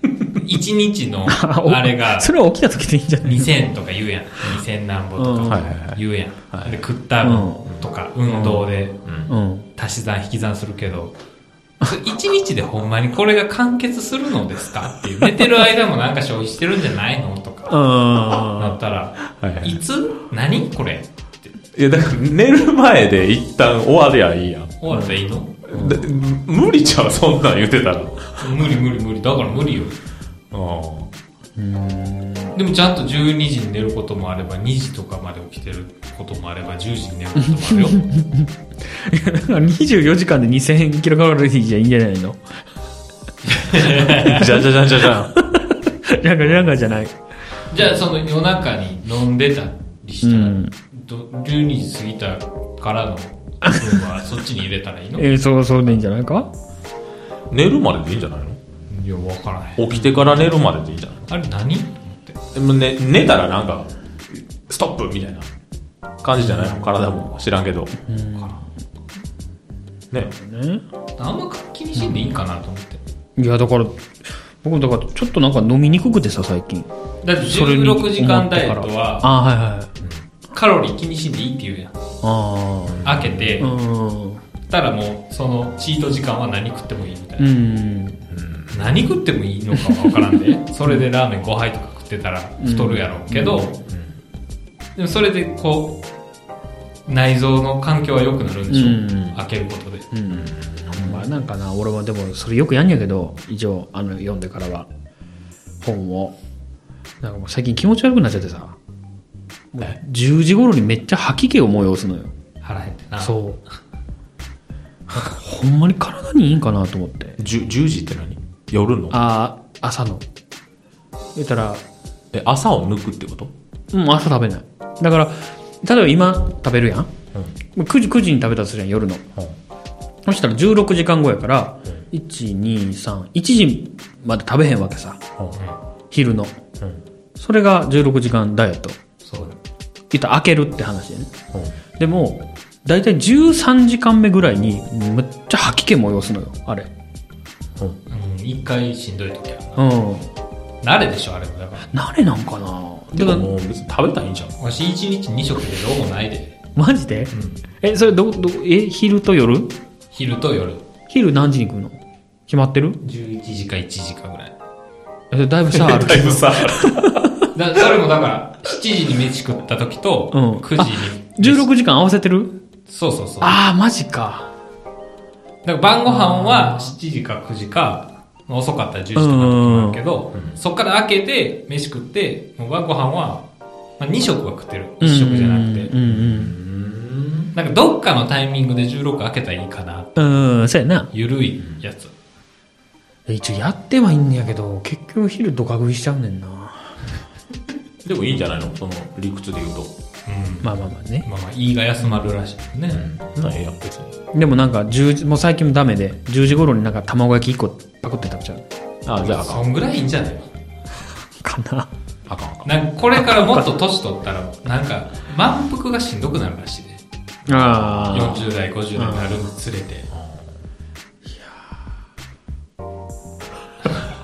C: 1日 の
B: あお
C: あれが
B: それは起きた時でいいんじゃない
C: 2000とか言うやん。2000何歩
B: うん
C: と
A: はい
C: か
A: はいはい
C: 言うやん。で、食ったのとか運動で
B: うん
C: 足し算引き算するけど、1日でほんまにこれが完結するのですかっていう。寝てる間もなんか消費してるんじゃないのとか、な
B: あ
C: った
A: いは
C: ら、
A: い
C: いつ何これって
A: いや、だから寝る前で一旦終わりゃいいやん。
C: 終わったらいいの
A: だ無理ちゃう、そんなん言ってたら。
C: 無理無理無理。だから無理よ。でもちゃんと12時に寝ることもあれば、2時とかまで起きてることもあれば、10時に寝ることもあるよ。
B: だから24時間で2000キロカロリーじゃいいんじゃないの
A: じゃじゃじゃじゃじゃ。
B: なんかなんかじゃない
C: じゃあその夜中に飲んでたりしたら、
B: うん
C: ど12時過ぎたからの分はそっちに入れたらいいのい
B: えーそうそうでいいんじゃないか
A: 寝るまででいいんじゃない
C: や、わからへん。
A: の起きてから寝るまででいいんじゃない
C: あれ何って
A: でも、ね、寝たらなんか、ストップみたいな感じじゃないの体も知らんけど。ね。
B: ね
C: あんま気にしんでいいんかなと思って。
B: いやだから僕だからちょっとなんか飲みにくくてさ最近
C: だって
B: それに
C: 16時間ダイエットは、
B: ああはいはい
C: カロリー気にしんでいいって言うやん。
B: あ
C: 開けて、
B: あうん
C: たらもう、そのチート時間は何食ってもいいみたいうな。
B: ん
C: 何食ってもいいのかはわから んで、それでラーメン5杯とか食ってたら太るやろうけど、でもそれでこう、内臓の環境は良くなるんでしょ、
B: うん
C: 開けることで。
B: うんまあなんかな俺もでもそれよくやんやけど一応あの読んでからは本をなんかもう最近気持ち悪くなっちゃってさもう10時頃にめっちゃ吐き気を催すのよ
C: 腹減ってな。
B: そうなんかほんまに体にいいんかなと思って
A: じゅ 10, 時って何夜の
B: ああ朝の言ったら
A: え、朝を抜くってこと
B: うん、朝食べない。だから、例えば今食べるやん。9時、9時に食べたとするやん、夜の。そしたら16時間後やから、1、2、3、1時まで食べへんわけさ。昼の。それが16時間ダイエット。
C: そうよ
B: 言ったら開けるって話でね。でも、だいたい13時間目ぐらいに、むっちゃ吐き気催すのよ、あれ。
C: うん、一回しんどい時は。
B: うん。
C: 慣れでしょ、あれも。だから。
B: 慣れなんかな
A: でももう別に食べたらいいんじゃん。。
C: わし1日2食でどうもないで。
B: マジで、え、それど、ど、え、昼と夜
C: 昼と夜。
B: 昼何時に来るの決まってる
C: 11時か1時かぐらい。
B: えそれ だいぶ差ある
A: ぶさ、
C: だそれもだから、7時に飯食った時と、
B: うん
C: 9時に。
B: 16時間合わせてる
C: そうそうそう。だか
B: ああ、マジか。
C: ら晩ご飯は7時か9時か、遅かったら10時とかだけど、そっから開けて、飯食って、もう晩ご飯は、まあ、2食は食ってる。1食じゃなくて。
B: うんうん。
C: なんかどっかのタイミングで16開けたらいいかな。
B: うん、そうやな。
C: ゆるいやつ。
B: 一応やってはいいんやけど、結局昼ドカ食いしちゃうねんな。
A: でもいいんじゃないのその理屈で言うと。
C: うん。
B: まあまあまあね。
C: まあまあ、胃が休まるらしいね。
A: そんなんええやん、別に。
B: でもなんか10時、もう最近もダメで、10時頃になんか卵焼き1個パクって食べちゃう。
A: あ、じゃああかん。
C: そんぐらいいいんじゃない
B: かな。
A: あかんあかん。
C: なんかこれからもっと年取ったら、なんか、満腹がしんどくなるらしいで。
B: あ
C: 40代、50代になるにつれて。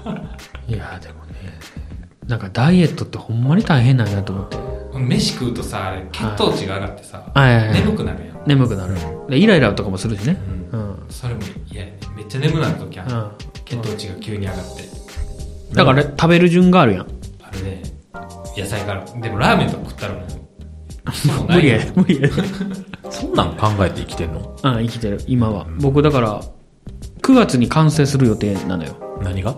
B: あ。いや、でもね、なんかダイエットってほんまに大変なんやなと思って。
C: 飯食うとさ、あれ血糖値が上がってさ、
B: はいはいはい
C: 眠くなるやん。
B: 眠くなる。でイライラとかもするしね。うん。
C: それも嫌やね。めっちゃ眠くなるとき
B: う
C: は
B: ん、
C: 血糖値が急に上がって。
B: だから食べる順があるやん。
C: あれね、野菜から。でもラーメンとか食ったらもう、そう
B: 無理や
C: よ、
B: 無理や。
A: そんなん考えて生きてんの
B: うん、生きてる、今は。僕だから、9月に完成する予定なのよ。
A: 何が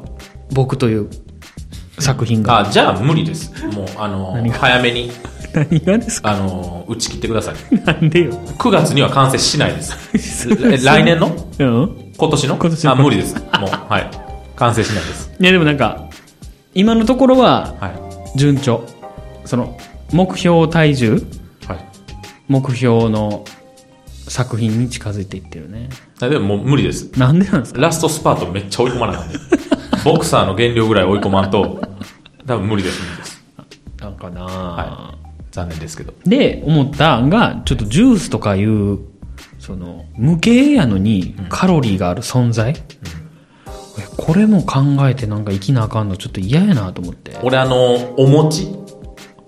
B: 僕という作品が。
A: あ、じゃあ無理です。もう、あの
B: 何、が
A: 早めに、
B: 何がです
A: あの、打ち切ってください。
B: なんでよ。
A: 9月には完成しないです。 え来年の
B: うん。
A: 今年の
B: 今年の
A: あ、無理です。もう、はい。完成しないです。
B: いや、でもなんか、今のところは、
A: はい。
B: 順調その目標体重
A: はい。
B: 目標の作品に近づいていってるね
A: あでももう無理です。
B: なんでなんですか
A: ラストスパートめっちゃ追い込まなあかんで。ボクサーの減量ぐらい追い込まんと、多分無理です。無理です
B: なんかな、
A: はい。残念ですけど。
B: で思ったんがちょっとジュースとかいうその無形やのにカロリーがある存在、えこれも考えてなんか生きなあかんのちょっと嫌やなと思ってはい
A: 俺あの、お餅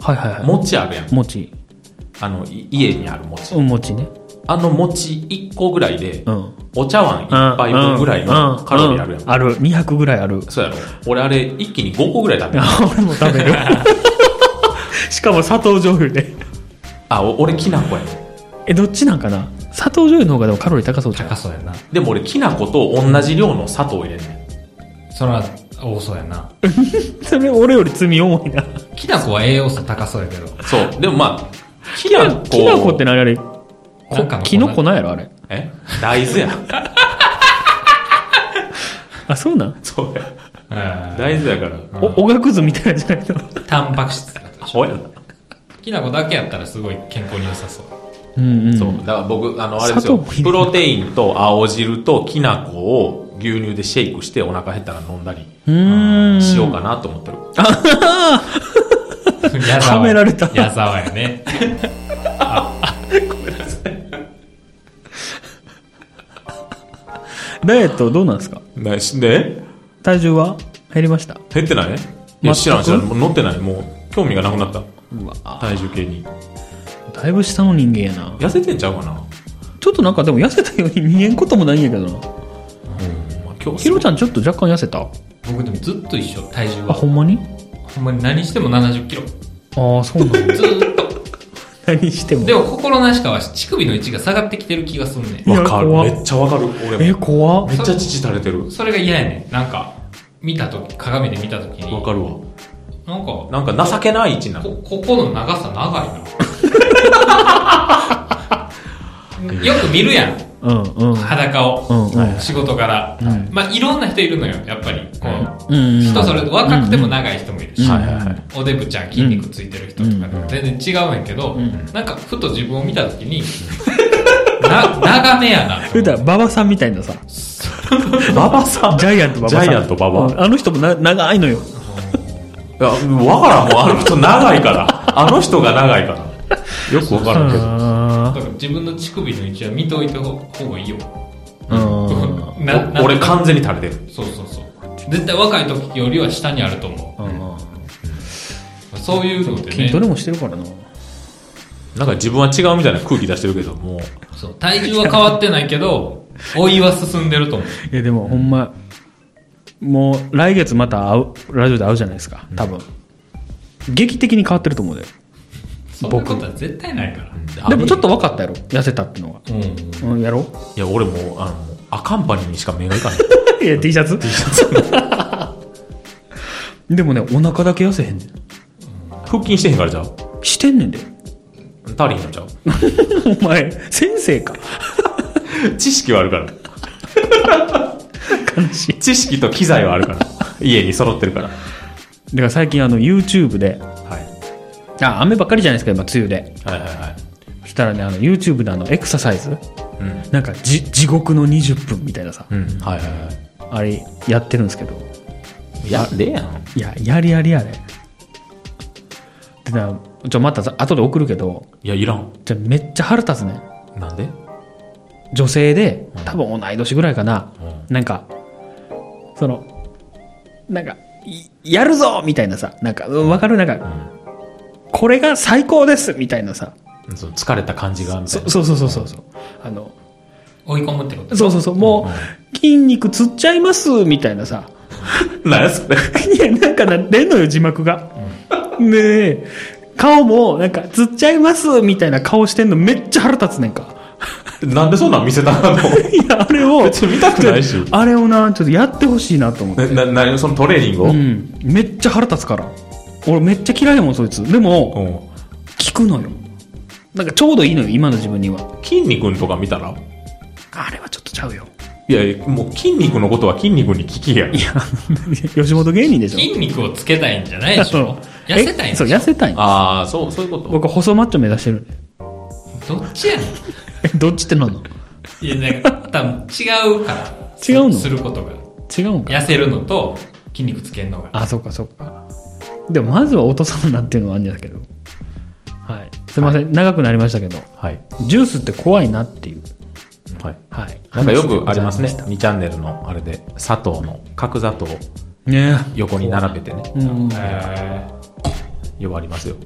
B: はいは
A: 餅あるやん
B: い。餅
A: あの、い家にある餅。
B: うん餅ね
A: あの餅1個ぐらいで
B: う、ん
A: お茶碗1杯分ぐらいのカロリーあるやん
B: う。ある200ぐらいある
A: そうやろ俺あれ一気に5個ぐらい食べる。
B: あ俺も食べるしかも砂糖醤油で
A: あ、お俺きなこやねん
B: えどっちなんかな砂糖醤油の方がでもカロリー高そうじゃん
C: 高そうやな。
A: でも俺きな粉と同じ量の砂糖入れんねん。
C: それは多そうやな。
B: それ俺より罪重いな
C: きな粉は栄養素高そうやけど。
A: そう。でもまあ、き
B: きなきな粉って何あれこ
C: なんかの粉
B: きの粉なんやろあれ
A: え大豆や。
B: あそうなん
A: そうや。
C: うん
A: 大豆やから。
B: おおがくずみたいなんじゃないの
C: タンパク質だと
A: アホやな。
C: きな粉だけやったらすごい健康に良さそう。
B: うんうん
A: そう。だから僕、あの、あれです
B: 砂
A: よ。
B: 糖も入れる
A: プロテインと青汁ときな粉を牛乳でシェイクしてお腹減ったら飲んだり
B: ーん
A: しようかなと思ってる。
C: 矢沢
B: はめられた
C: 矢沢やね。
B: ダイエットどうなんですか
A: ね、しで
B: 体重は減りました
A: 減ってないい
B: 全
A: や
B: く
A: 知らん知らん。もう乗ってない。もう、興味がなくなった。
B: うわ
A: 体重計に。
B: だいぶ下の人間やな
A: 痩せてんちゃうかな。
B: ちょっとなんかでも痩せたように見えんこともないんやけどな
A: まあ、今日
B: ひろちゃんちょっと若干痩せた
C: 僕でもずっと一緒、体重
B: あ
C: は。
B: ほんまに
C: ほんまに何しても70キロ。
B: ああそうなんだ
C: ずーっと。
B: 何しても
C: でも心なしかは乳首の位置が下がってきてる気がすんねん。
B: いや
A: わかる。
B: 怖っ
A: めっちゃわかる。俺も。
B: え怖っ
A: めっちゃ乳垂れてる。
C: それが嫌やねん。なんか、見たとき、鏡で見たときに。
A: わかるわ。
C: なんか、
A: なんか情けない位置なの。
C: こ、ここの長さ長い な。よく見るやん、
B: うんうん
C: 裸を。
B: うんうん
C: 仕事から、まあ、いろんな人いるのよ、やっぱり。こう、
B: うんうん
C: 人それぞれ若くても長い人もいるし、
A: はいはいはい
C: おでぶちゃん筋肉ついてる人とかでも全然違うねんけど、なんかふと自分を見たとき に、な、長めやなと
B: 普段馬場さんみたい なさ
A: 馬場さん
B: ジャイアント馬場さん
A: ジャイアント馬場
B: うんあの人もな長いの
A: い
B: よ
A: や、わからんもん。あの人長いから。あの人が長いから。よくわからんけど。
B: あ
C: だから自分の乳首の位置は見といた方がいいよ。
B: ーうん
C: なな
A: お俺完全に垂れてる。
C: そうそうそう。絶対若い時よりは下にあると思う。
B: うん
C: そういうのって
B: 筋ト
C: ね
B: レもしてるからな。
A: なんか自分は違うみたいな空気出してるけど、もう、
C: そう体重は変わってないけ ど老いは進んでると思う
B: いやでもほんま、もう来月また会う、ラジオで会うじゃないですか、多分。劇的に変わってると思うで。
C: そんなことは絶対ないから
A: あ
B: でもちょっと分かったやろ、痩せたっての
C: うん、
B: が。うん、やろ
A: いや、俺もう、あの、アカンパニーにしか目がいかない。
B: いや、T シャツ ?T シャツ。 でもね、お腹だけ痩せへんねん。
A: 腹筋してへんからちゃう
B: してんねんで。
A: 足りへんのちゃう
B: お前、先生か。
A: 知識はあるから。
B: 悲しい。
A: 知識と機材はあるから。家に揃ってるから。
B: だから最近あの YouTube で、
A: はい。
B: あ、雨ばっかりじゃないですか、今、梅雨で。
A: はいはいはい。
B: そしたらね、あの YouTube であのエクササイズ、
A: うん。
B: なんかじ地獄の20分みたいなさ、
A: うん。はいはいは
B: あれやってるんですけど、
A: い。や、でやん。
B: いや、やりやりやれ。でな、ちょ、またさ後で送るけど、
A: いや、いらん。
B: じゃめっちゃ腹立つね。
A: なんで
B: 女性で、多分同い年ぐらいかな、
A: う
B: なんか、その、なんか、いやるぞみたいなさ、なんか、うんわかるなんか、これが最高ですみたいなさ、
A: うんその疲れた感じが、みたい
B: そ
A: な。
B: そうそうそうそうそう、あの、
C: 追い込むってこと
B: そうそうそう、もう、筋肉つっちゃいます、みたいなさ。
A: なんやそれ。
B: いや、なんかなってんのよ、字幕が。ねえ、顔も、なんか、つっちゃいます、みたいな顔してんの、めっちゃ腹立つねんか。
A: なんでそんなん見せたの
B: いや、あれを、
A: 別に見たくないし
B: ちょっとあれをな、ちょっとやってほしいなと思って。
A: な、な、そのトレーニングを、
B: う
A: うん、
B: ん。めっちゃ腹立つから。俺めっちゃ嫌いやもん、そいつ。でも、聞くのよ。なんかちょうどいいのよ、今の自分には。
A: 筋肉とか見たら
B: あれはちょっとちゃうよ。
A: いやいや、もう筋肉のことは筋肉に聞きやん。
B: いや、 吉本芸人でしょ。
C: 筋肉をつけたいんじゃない でし
B: そう
C: ょ痩せたいん
B: え
C: でし
B: そ
C: ょ
B: う、痩せたいの。
A: ああ、そう、そういうこと
B: 僕、細マッチョ目指してるんで。
C: どっちやねん
B: えどっちってなんの
C: いや、なんか、多分違うから。
B: 違うの
C: することが。
B: 違うんか。
C: 痩せるのと、筋肉つけるのが。
B: あ、そうか、そうか。でも、まずは落とさんなっていうのはあるんだけど。はい。すいません、長くなりましたけど、
A: はい。
B: ジュースって怖いなっていう。
A: はい。
B: はい。
A: なんかよくありますね。
B: 話でござい
A: 2チャンネルのあれで、砂糖の、角砂糖を
B: ました。ね
A: 横に並べてね、
B: え。うん。
C: へー
A: よくありますよ。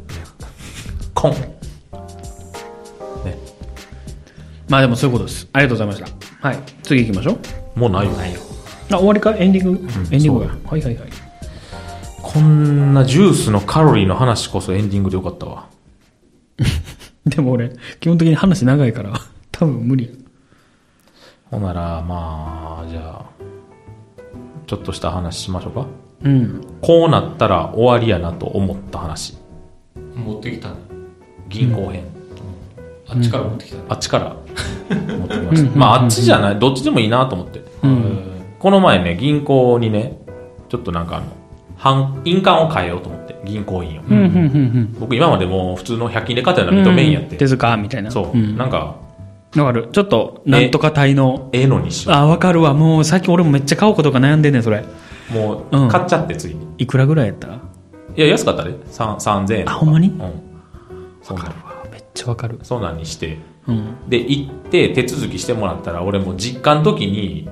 A: コン。ね。
B: まあでもそういうことです。ありがとうございました。はい。次行きましょう。
A: もうないよ。
C: ないよ。
B: あ、終わりかエンディング、エンディングが。はいはいはい。
A: こんなジュースのカロリーの話こそエンディングでよかったわ。
B: でも俺、基本的に話長いから、 多分無理や。
A: ほんなら、まあ、じゃあ、ちょっとした話しましょうか。
B: うん。
A: こうなったら終わりやなと思った話。
C: 持ってきたね。
A: 銀行編。
C: あっちから持ってきたね。
A: あっちから持ってきました。まあ、あっちじゃない、どっちでもいいなと思って。
C: うん。
A: この前ね、銀行にね、ちょっとなんかあの、半印鑑を変えようと思って、銀行員を。
B: うん、うん、うん、
A: 僕今までもう普通の100均で買ったよ
B: う。
A: うなん認めんやって。
B: 手塚みたいな。
A: そう、
B: ん
A: なんか、
B: わかる。ちょっと、なんとか体の。
A: ええのにしよ
B: あ、わかるわ。もう、さっき俺もめっちゃ買おうことか悩んでんねん、それ。
A: う。も
B: うん
A: う、買っちゃって、ついに。
B: いくらぐらいやった
A: いや、安かったで、さん3000円とか。
B: あほんまに
A: うん。そんなん、
B: めっちゃわかる。
A: そんなんにして。
B: うん。
A: で、行って、手続きしてもらったら、俺もう実家の時に、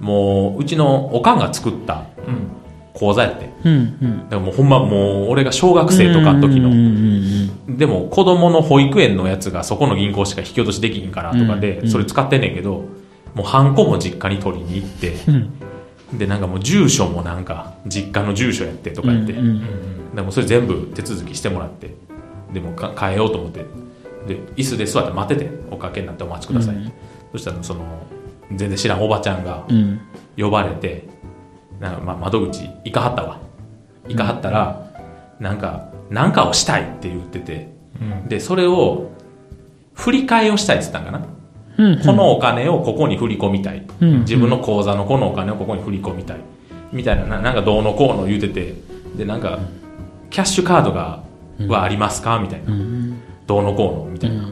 A: もう、うちのおかんが作った
C: うん。
A: 口座やって。
B: うん、うん。
A: でももうほんまもう、俺が小学生とかの時の
B: うん、うんうん
A: でも子供の保育園のやつがそこの銀行しか引き落としできひんからとか
B: う
A: で、
B: んうん
A: それ使ってんねんけど、もうハンコも実家に取りに行って、
B: うん。うん。
A: で、なんかもう住所もなんか、実家の住所やってとかやって、
B: うんうん
A: でもそれ全部手続きしてもらって、でもか変えようと思って、で、椅子で座って待ってて、おかけになってお待ちください。
B: うん
A: そしたら、その、全然知らんおばちゃんが
B: うん。
A: 呼ばれて、なんかまあ窓口行かはったわ。行かはったら、なんか、なんかをしたいって言ってて、
C: うん。
A: で、それを、振り替えをしたいって言ったんかな。
B: うん。
A: このお金をここに振り込みたい。
B: うん
A: 自分の口座のこのお金をここに振り込みたい。みたいな、ななんかどうのこうの言うてて、で、なんか、キャッシュカードが、はありますかみたいな。
B: うん。
A: どうのこうのみたいな。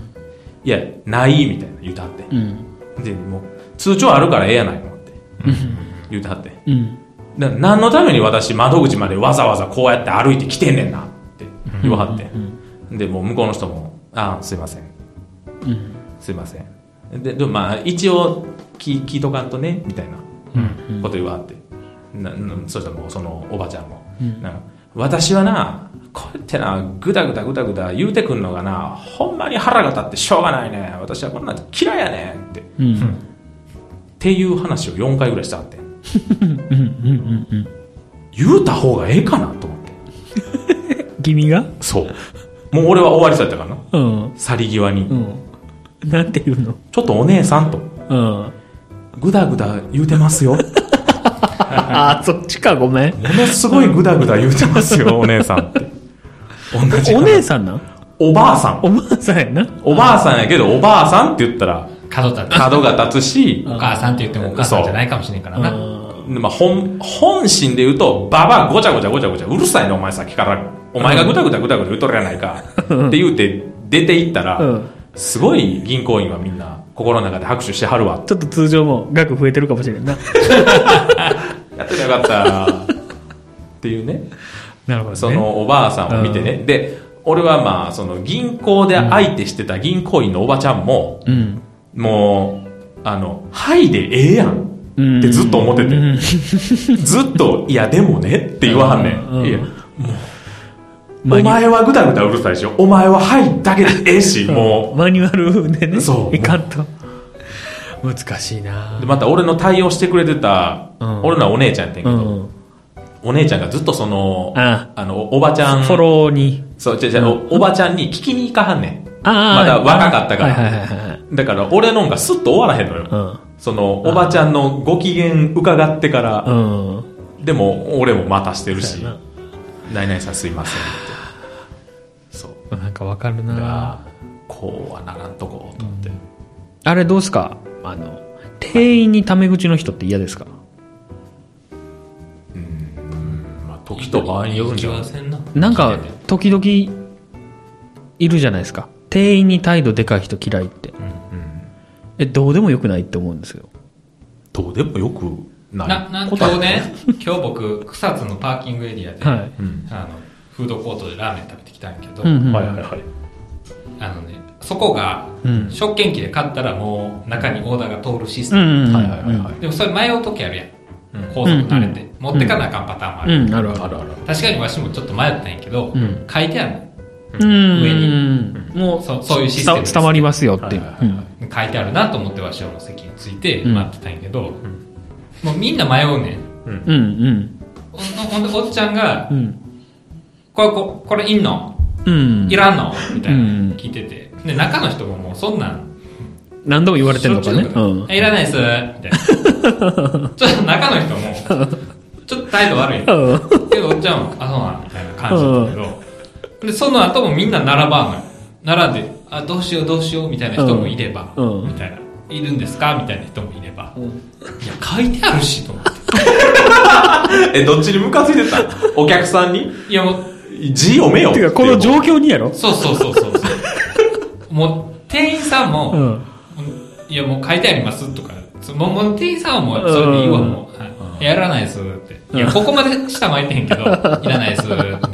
A: いや、ないみたいな言うてはって
B: う。ん。
A: で、もう、通帳あるからええやないのって。言うてはって。
B: うん。
A: な何のために私窓口までわざわざこうやって歩いてきてんねんなって言わはって、でもう向こうの人も「ああすいません
B: うん。
A: すいません」ででもまあ一応聞聞いとかんとねみたいなこと言わはって、ななそしたらもうそのおばちゃんも、なんか私はなこうやってな、ぐだぐだぐだぐだ言うてくんのがな、ほんまに腹が立ってしょうがないね。私はこんなん嫌いやねんって。っ
B: うん。
A: ていう話を4回ぐらいしたって。
B: うん。うん。うん。
A: 言うた方がええかなと思って。
B: 君が
A: そう。もう俺は終わりそうやったからな。
B: うん。
A: 去り際に。
B: うん。なんて言うの
A: ちょっとお姉さんと、
B: うん。
A: ぐだぐだ言うてますよ。も
B: ああ、そっちか、ごめん。
A: のすごいぐだぐだ言うてますよ、お姉さんって。同じ。
B: お姉さんなん
A: おばあさん。
B: おばあさんやな。
A: おばあさんやけど、おばあさんって言ったら、
C: 角立って。
A: 角が立つし、
C: お母さんって言ってもお母さんじゃないかもしれんからな。
A: まあ、本、本心で言うと、ばばごちゃごちゃごちゃごちゃ、うるさいな、お前さっきから。お前がぐたぐたぐたぐた言うとるやないか。って言うて、出て行ったら、
B: うん
A: すごい銀行員はみんな、心の中で拍手してはるわ。
B: ちょっと通常も額増えてるかもしれんな。
A: やっててよかった。っていうね。
B: なるほどね。
A: そのおばあさんを見てね。で、俺はまあ、その銀行で相手してた銀行員のおばちゃんも、
B: うん。
A: もう、あの、はいでええやん。ってずっと思ってて。
B: うん
A: ずっと、いやでもねって言わはんね
B: うんうん
A: ん。いや、
B: マ
A: お
B: ニュ
A: 前はぐだぐだうるさいし、お前ははいだけでええし、も
B: マニュアルでね、
A: そう
B: いかんと。難しいな
A: う。で、また俺の対応してくれてた、
B: うん
A: 俺のはお姉ちゃんやってんけ
B: う
A: ど、
B: ん。
A: お姉ちゃんがずっとその、
B: あ
A: あの、おばちゃん、
B: フォローに。
A: そう、違う違うおおばちゃんに聞きに行かはんねん。
B: ああ。
A: まだ若かったから
B: はいはいはいはい。
A: だから俺のんがスッと終わらへんのよ。その、おばちゃんのご機嫌伺ってから、
B: うん。うん。
A: でも俺も待たしてるし
B: そうやな、
A: 何々さんすいませんって。そう。
B: なんかわかる
A: だか
B: な
A: らこうはならんとこ、と思って。
B: あれどうすかあの、店員にタメ口の人って嫌ですか
A: まあ、時と場合によるんじゃない
C: 気はせんな。
B: なんか、時々、いるじゃないですか。店員に態度でかい人嫌いって。え、どうでもよくないって思うんですよ。
A: どうでもよくない
C: な、なん
A: こ
C: 今
A: とある
C: 日ね、今日僕、草津のパーキングエリアで、
B: はい。
A: うん
C: あの、フードコートでラーメン食べてきたんやけど、
B: うんうん
A: はいはいはい
C: あのね、そこが、
B: うん
C: 食券機で買ったらもう中にオーダーが通るシステ
B: う
C: ム。
B: んうん。
A: はいはいはいはい
C: でもそれ迷う時あるやん。高速慣れて、持ってかなあかんパターンもある。
B: うん、あるある
A: あ。るある
C: 確かにわしもちょっと迷ったんやけど、
B: うん
C: 書いてある
B: うん。
C: 上に
B: もう、
C: そそういうシステムです
B: 伝伝わりますよっていう。
A: はいはいはいは
C: 書いてあるなと思ってわしはもう席について
B: うん
C: 待ってたんやけど、もうみんな迷うねん。
B: うんうん
C: ほんほんでおっちゃんが
B: う、ん。
C: これ、ここれいんの
B: うん。
C: いらんのみたいな
B: うん
C: 聞いてて。で、中の人ももうそんなん、
B: 何度も言われてるのかね。
C: しょっちゅう
B: うん。
C: えいらないっす みたいな。ちょっと中の人も、ちょっと態度悪 いねん。けど、おっちゃんも、あ、そうなんみたいな感じだったけど、で、その後もみんな並ばんのよ。並んで、あ、どうしようどうしようみたいな人もいれば、
B: うん
C: みたいな。いるんですかみたいな人もいれば、いや、書いてあるし、と思って。
A: えどっちにムカついて たお客さんに
C: いや、もう、
A: 字読めよ
B: てか、この状況にやろ
C: そうそうそうそうそう。もう、店員さんも、
B: うん。
C: いや、もう書いてありますとか、そもうもう店員さんはもう、それでいいわ、
B: うん
C: もうはい。やらないですって。いや、ここまで下巻いてへんけど、いらないです、みたいな。なんか、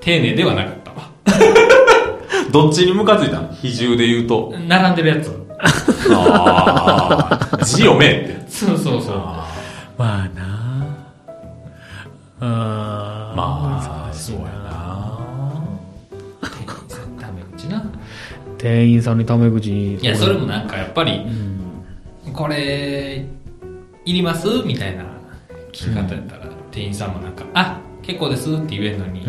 C: 丁寧ではなかったわ。
A: どっちにムカついたの比重で言うと
C: 並んでるやつ。
A: あ あ字読めって
C: そうそうそう。
B: まあなあー
A: まあそうやな
C: ダメ口な。
B: 店員さんにタメ口に。
C: いや、それもなんかやっぱり、これ、いりますみたいな聞き方やったら、店員さんもなんか、あ、結構ですって言えるのに、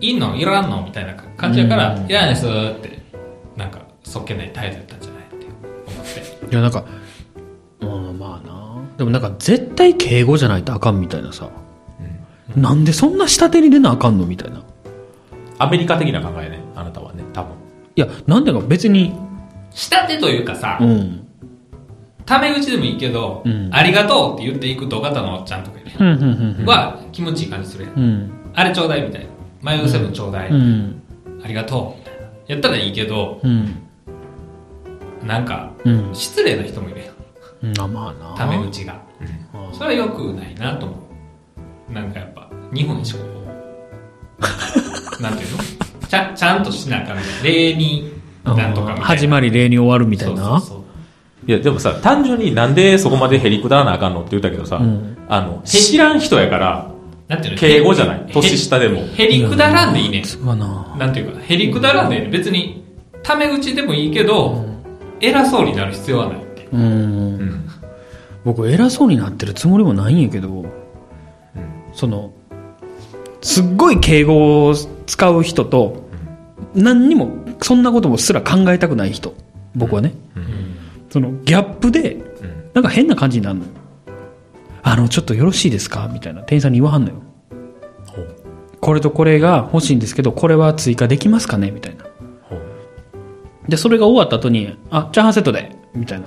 C: いんのいらんのみたいな感じやから、いらないですって、なんか、そっけない態度やったんじゃないって思っ
B: い
C: て。
B: や、なんか、うん、まあなでもなんか、絶対敬語じゃないとあかんみたいなさ。なんでそんな下手に出なあかんのみたいな。
A: アメリカ的な考えねあなたはね多分
B: いや、なんでか別に、
C: 下手というかさ
B: う、ん。
C: タメ口でもいいけど、
B: うん
C: ありがとうって言っていく土方のおっちゃんとかいるや
B: うん、うん、
C: んは、気持ちいい感じするやん。
B: うん。
C: あれちょうだいみたいな。マヨセブンちょうだい。
B: うん。
C: ありがとうみたいな。やったらいいけど、
B: うん。
C: なんか、
B: うん。
C: 失礼な人もいるやん。
B: あ、まあな
C: タメ口が。
B: あ
C: それは良くないなと思う。なんかやっぱ、日本一こうなんていうのちゃちゃんとしなあかんね礼に、なんとかみたいな。
B: 始まり礼に終わるみたいな。
C: そうそう
A: いやでもさ単純になんでそこまでへりくだらなあかんのって言ったけどさ、
B: ん
A: あの知らん人やから
C: なんていうの
A: 敬語じゃない 年下でも
C: へりくだらんでいいねん。
B: そうやな
C: なんていうか、へりくだらんでいいねん。別に、タメ口でもいいけど、偉そうになる必要はないって。
B: うん
A: うん
B: 僕偉そうになってるつもりもないんやけど、そのすっごい敬語を使う人と何にもそんなこともすら考えたくない人僕はね、そのギャップで
A: ん
B: なんか変な感じになるのよあのちょっとよろしいですかみたいな店員さんに言わはんのよ
A: ほう
B: これとこれが欲しいんですけどこれは追加できますかねみたいな
A: ほう
B: で、それが終わった後に、あ、チャーハンセットで、みたいな。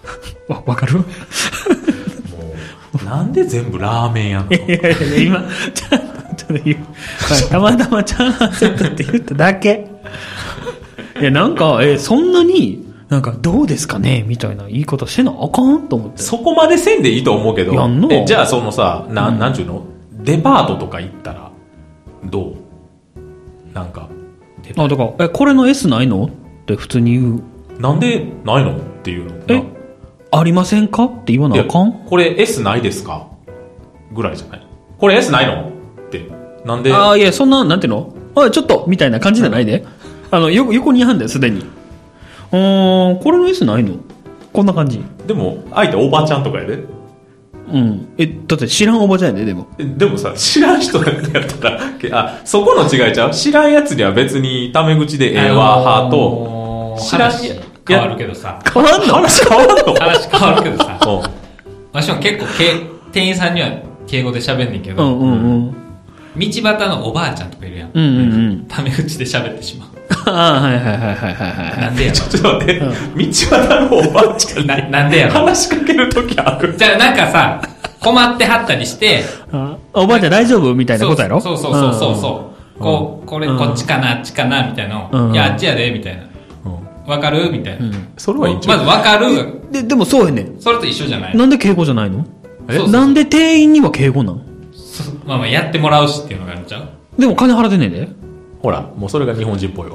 B: わ、わかる
A: もうなんで全部ラーメンやんの
B: いやいやいや、今、チャーハンセットで言う。はいたまたまチャーハンセットって言っただけ。いや、なんか、え、そんなに、なんか、どうですかねみたいな言い方してなあかんと思って。
A: そこまでせんでいいと思うけど
B: やんの
A: えじゃあそのさな,、ん、なんちゅうのデパートとか行ったらどうなんか
B: あ、だから、え、これの S ないのって普通に言う。
A: なんでないのっていうの
B: え、ありませんかって言わ
A: な
B: なあか
A: い
B: ん
A: やこれ S ないですかぐらいじゃないこれ S ないのってなんで
B: ああ、いや、そんな、なんていうのあ、ちょっと、みたいな感じじゃないで。あの、よ、横にいはんだよ、すでに。うーん、これの S ないのこんな感じ。
A: でも相手おばちゃんとかやで
B: うん。え、だって知らんおばちゃんやで、でも。
A: えでもさ知らん人やったらけあそこの違いちゃう知らんやつには別にタメ口でええわ派と
C: と
A: 知らん
C: 話変わるけどさ。
B: 変わんの
A: 話変わんの
C: 話変わるけ どさ。
A: うん
C: わしも結構け、店員さんには敬語で喋んねんけ
B: う
C: ど、
B: んうんうん。
C: 道端のおばあちゃんとかいるやん。
B: うんうんうん。
C: タメ口で喋ってしまう。
B: ああ、はいはいはいはいはいは。
C: ないんでや
A: ちょっと待って、道端のおばあちゃ
C: ろ。
A: ん
C: ななんでやろ。
A: 話しかけるときある。
C: じゃあなんかさ、困ってはったりして、
B: あおばあちゃん大丈夫みたいなことやろ
C: そうそうそうそうそう。こう、これ、
B: うん
C: こっちかな、あっちかな、みたいなの
B: うん
C: いや、あっちやで、みたいな。わかるみたいな。
A: それはいいん
C: ま
A: ち
C: ず
A: ゃう
C: わかる
B: うん。で、でもそうやねん。
C: それと一緒じゃない
B: なんで敬語じゃないの
C: えそうそう
B: なんで店員には敬語なん
C: そうまあまあ、やってもらうしっていうのがあるんちゃう
B: でも金払ってねえで。
A: ほら、もうそれが日本人っぽいわ。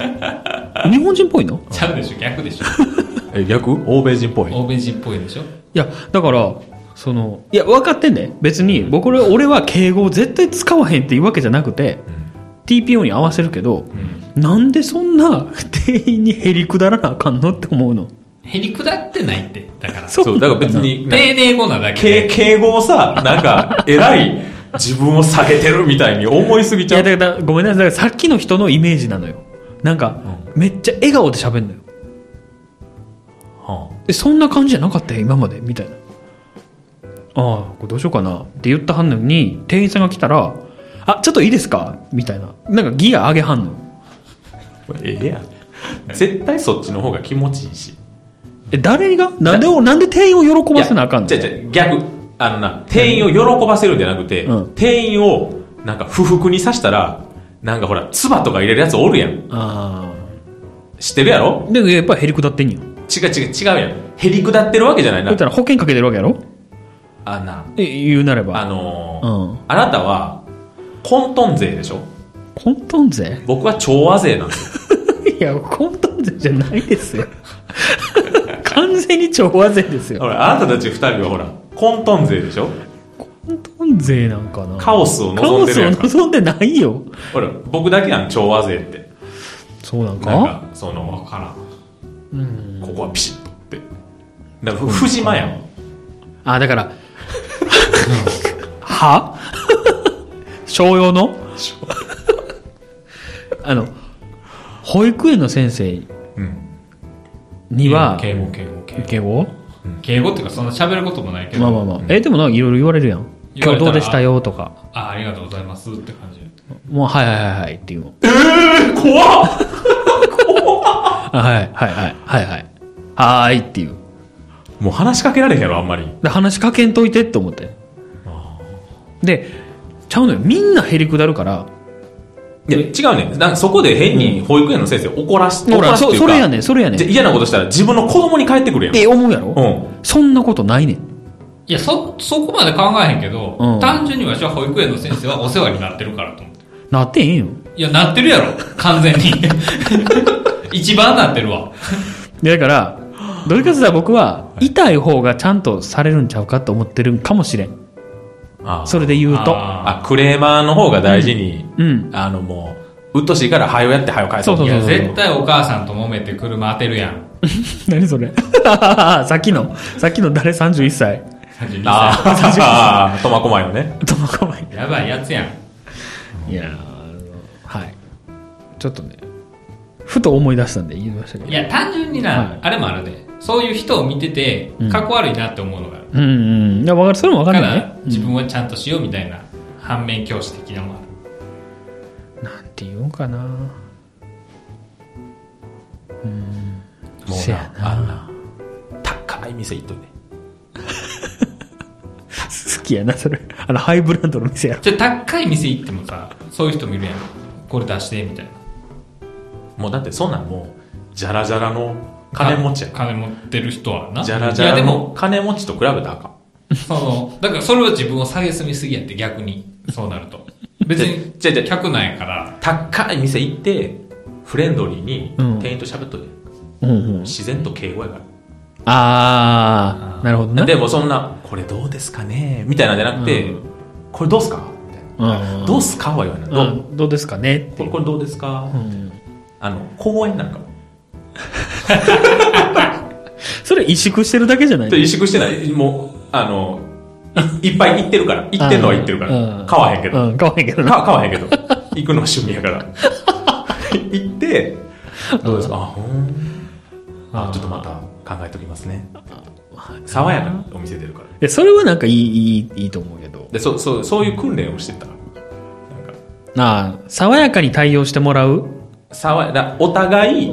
B: 日本人っぽいの
C: ちゃうでしょ逆でしょ
A: え、逆欧米人っぽい。
C: 欧米人っぽいでしょ
B: いや、だから、その、いや、分かってんね。別に、僕ら、俺は敬語を絶対使わへんっていうわけじゃなくて、TPO に合わせるけど、なんでそんな店員にへりくだらなあかんのって思うの。
C: へりくだってないって。だから、
B: そ
A: そう、だから別に、
C: 丁寧語なだけ
A: 敬
C: で。
A: 敬語をさ、なんか、偉い自分を下げてるみたいに思いすぎ
B: い
A: ちゃ
B: や、
A: う。
B: だから、ごめんなさい。だからさっきの人のイメージなのよ。なんか、めっちゃ笑顔で喋んのよ。
A: は
B: え、そんな感じじゃなかったよ、今まで。みたいな。ああ、これどうしようかな。って言ったはんのに、店員さんが来たら、あ、ちょっといいですかみたいな。なんかギア上げはんのよ。
A: あええやん。絶対そっちの方が気持ちいいし。
B: え、誰がなんで、なんで店員を喜ばせなあかんの
A: じゃじゃ逆。あのな、店員を喜ばせるんじゃなくて、
B: うん
A: 店員を、なんか不服にさしたら、なんかほら、唾とか入れるやつおるやん。
B: あ
A: 知ってるやろ
B: あ。で、やっぱりへりくだってんよ。
A: 違う違う違うやん。へりくだってるわけじゃない
B: 言
A: な
B: っ。たら保険かけてるわけやろ
A: あな。
B: え言うなれ
A: あ
B: ば。
A: の
B: う
A: ー
B: ん。
A: あなたは、混沌税でしょ
B: 混沌税
A: 僕は調和税なんですよ。
B: いや、混沌税じゃないですよ。 完全に調和税ですよ。
A: ほら、あなたたち二人はほら、混沌税でしょ
B: 混沌税なんかな。
A: カオスを望んでるやん
B: カオ
A: か。
B: スを望んでないよ。
A: ほら、僕だけなん調和税って。
B: そうなんか
A: なんか、そ
C: わ
A: の、
C: からん。
A: ここはピシッとって。だから、藤間やん。
B: あ、だから、 は 商用のあの、保育園の先生
A: うん。
B: には、
C: 敬語、敬語、敬語。
B: 敬語
C: 敬語っていうか、そんな喋ることもないけど。
B: まあまあまあ。え、でもなんかいろいろ言われるやん。
C: 言
B: 今
C: われ
B: 日ど
C: たら
B: うでしたよとか。
C: あ。ありがとうございますって感じ。
B: もう、はいはいはいはいっていうの。
A: 怖っ
B: あはいはいはいはいはい。はーいっていう。
A: もう話しかけられへんやろ、あんまり。
B: で、話しかけんといてって思って。で、ちゃうのよ。みんなへりくだるから。
A: いや、違うねん。なんかそこで変に保育園の先生怒らす、
B: ほ
A: 怒
B: ら、
A: らすっ
B: そ
A: ていう
B: そ
A: か
B: れやねん、それやねん。
A: じゃ
B: っ
A: 嫌なことしたら自分の子供に返ってくるやん。
B: て思うやろ、
A: うん。
B: そんなことないねん。
C: いや、そ、そこまで考えへんけど、
B: うん
C: 単純に私は保育園の先生はお世話になってるからと思って。
B: なってへんよ。
C: いや、なってるやろ。完全に。 一番なってるわ。
B: でだから、どれかというと僕は、痛い方がちゃんとされるんちゃうかと思ってるんかもしれん。
A: あー
B: それで言うと。
C: あ
A: あ、クレーマーの方が大事に、
B: うん。
A: あのもう、うっとうしいから、はよやって、はよ返そう。
B: そう
C: い
B: そう
C: や、
B: そう
C: 絶対お母さんと揉めて車当てるやん。
B: 何それ さっきの、さっきの誰 ?31 歳。
C: 32
A: あ
C: 歳。
A: ーあー、苫小牧のね。
B: 苫小牧。
C: やばいやつやん。
B: いやーあのはい。ちょっとね、ふと思い出したんで言いましたけど。
C: いや、単純にな、
B: はい
C: あれもあるで。そういう人を見てて
B: うん、
C: かっこ悪いなって思うのがある。
B: うんうん。いや、わかる。それもわか
C: だ
B: る
C: か
B: よね
C: ら。、自分はちゃんとしようみたいな、反面教師的なもんある。
B: なんて言おうかな。
A: もう
B: せや
A: な、あんな、高い店行っといて。
B: 好きやな、それ。あの、ハイブランドの店やろ。
C: じゃあ高い店行ってもさ、そういう人もいるやん。これ出して、みたいな。
A: もうだって、そんなんもう、じゃらじゃらの金持ちや
C: か金持ってる人はな。
A: じゃらじ
C: い
A: ゃ
C: や、
A: ら
C: で
A: の
C: も、
A: 金持ちと比べたらあかん。
C: その、だからそれは自分を蔑みすぎやって、逆に。そうなる と。別に、
A: じゃじゃ
C: 客なんやから、
A: 高い店行って、フレンドリーに
B: うん
A: 店員と喋っといて、
B: うんうん。
A: 自然と敬語やから。
B: あー、なるほどね。
A: でもそんな、これどうですかねみたいなんじゃなくて、
B: う
A: これどうすかみたいな。
B: うん
A: どうすかは言わない。どう
B: うんどうですかね
A: これこれどうですか、
B: うん
A: あの、公園になるから。
B: それ萎縮してるだけじゃない
A: で、萎縮してない。もう、あの、いいっぱい行ってるから。行ってんのは行ってるか
B: う
A: ら。
B: ん
A: 買わへんけど。
B: うん、かわいいけどな。
A: か買わへんけど。行くのは趣味やから。行って、どうですかあ、ほん。あ、ちょっとまた考えときますね。爽やかにお店出るから。
B: でそれはなんかいい、いい、いいと思うけど。
A: で、そう、そう、そういう訓練をしてた。なんか、
B: なあ、爽やかに対応してもらう
A: 爽やだお互い、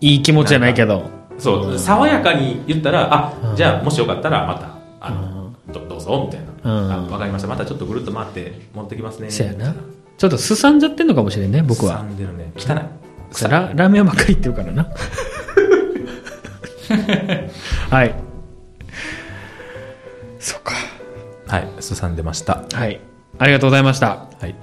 B: いい気持ちじゃないけど。
A: そう、爽やかに言ったら、あ、じゃあ、もしよかったら、また、あの、どどうぞ、みたい
B: うん
A: な。あわかりました。またちょっとぐるっと回って、持ってきますね。
B: せや
A: み
B: な
A: たい。
B: ちょっとすさんじゃってんのかもしれんね、僕は。
A: んでるね。汚い。
B: ララーメン屋ばっかり言ってるからな。はい。そっか。
A: はい、すさんでました。
B: はい。ありがとうございました。
A: はい。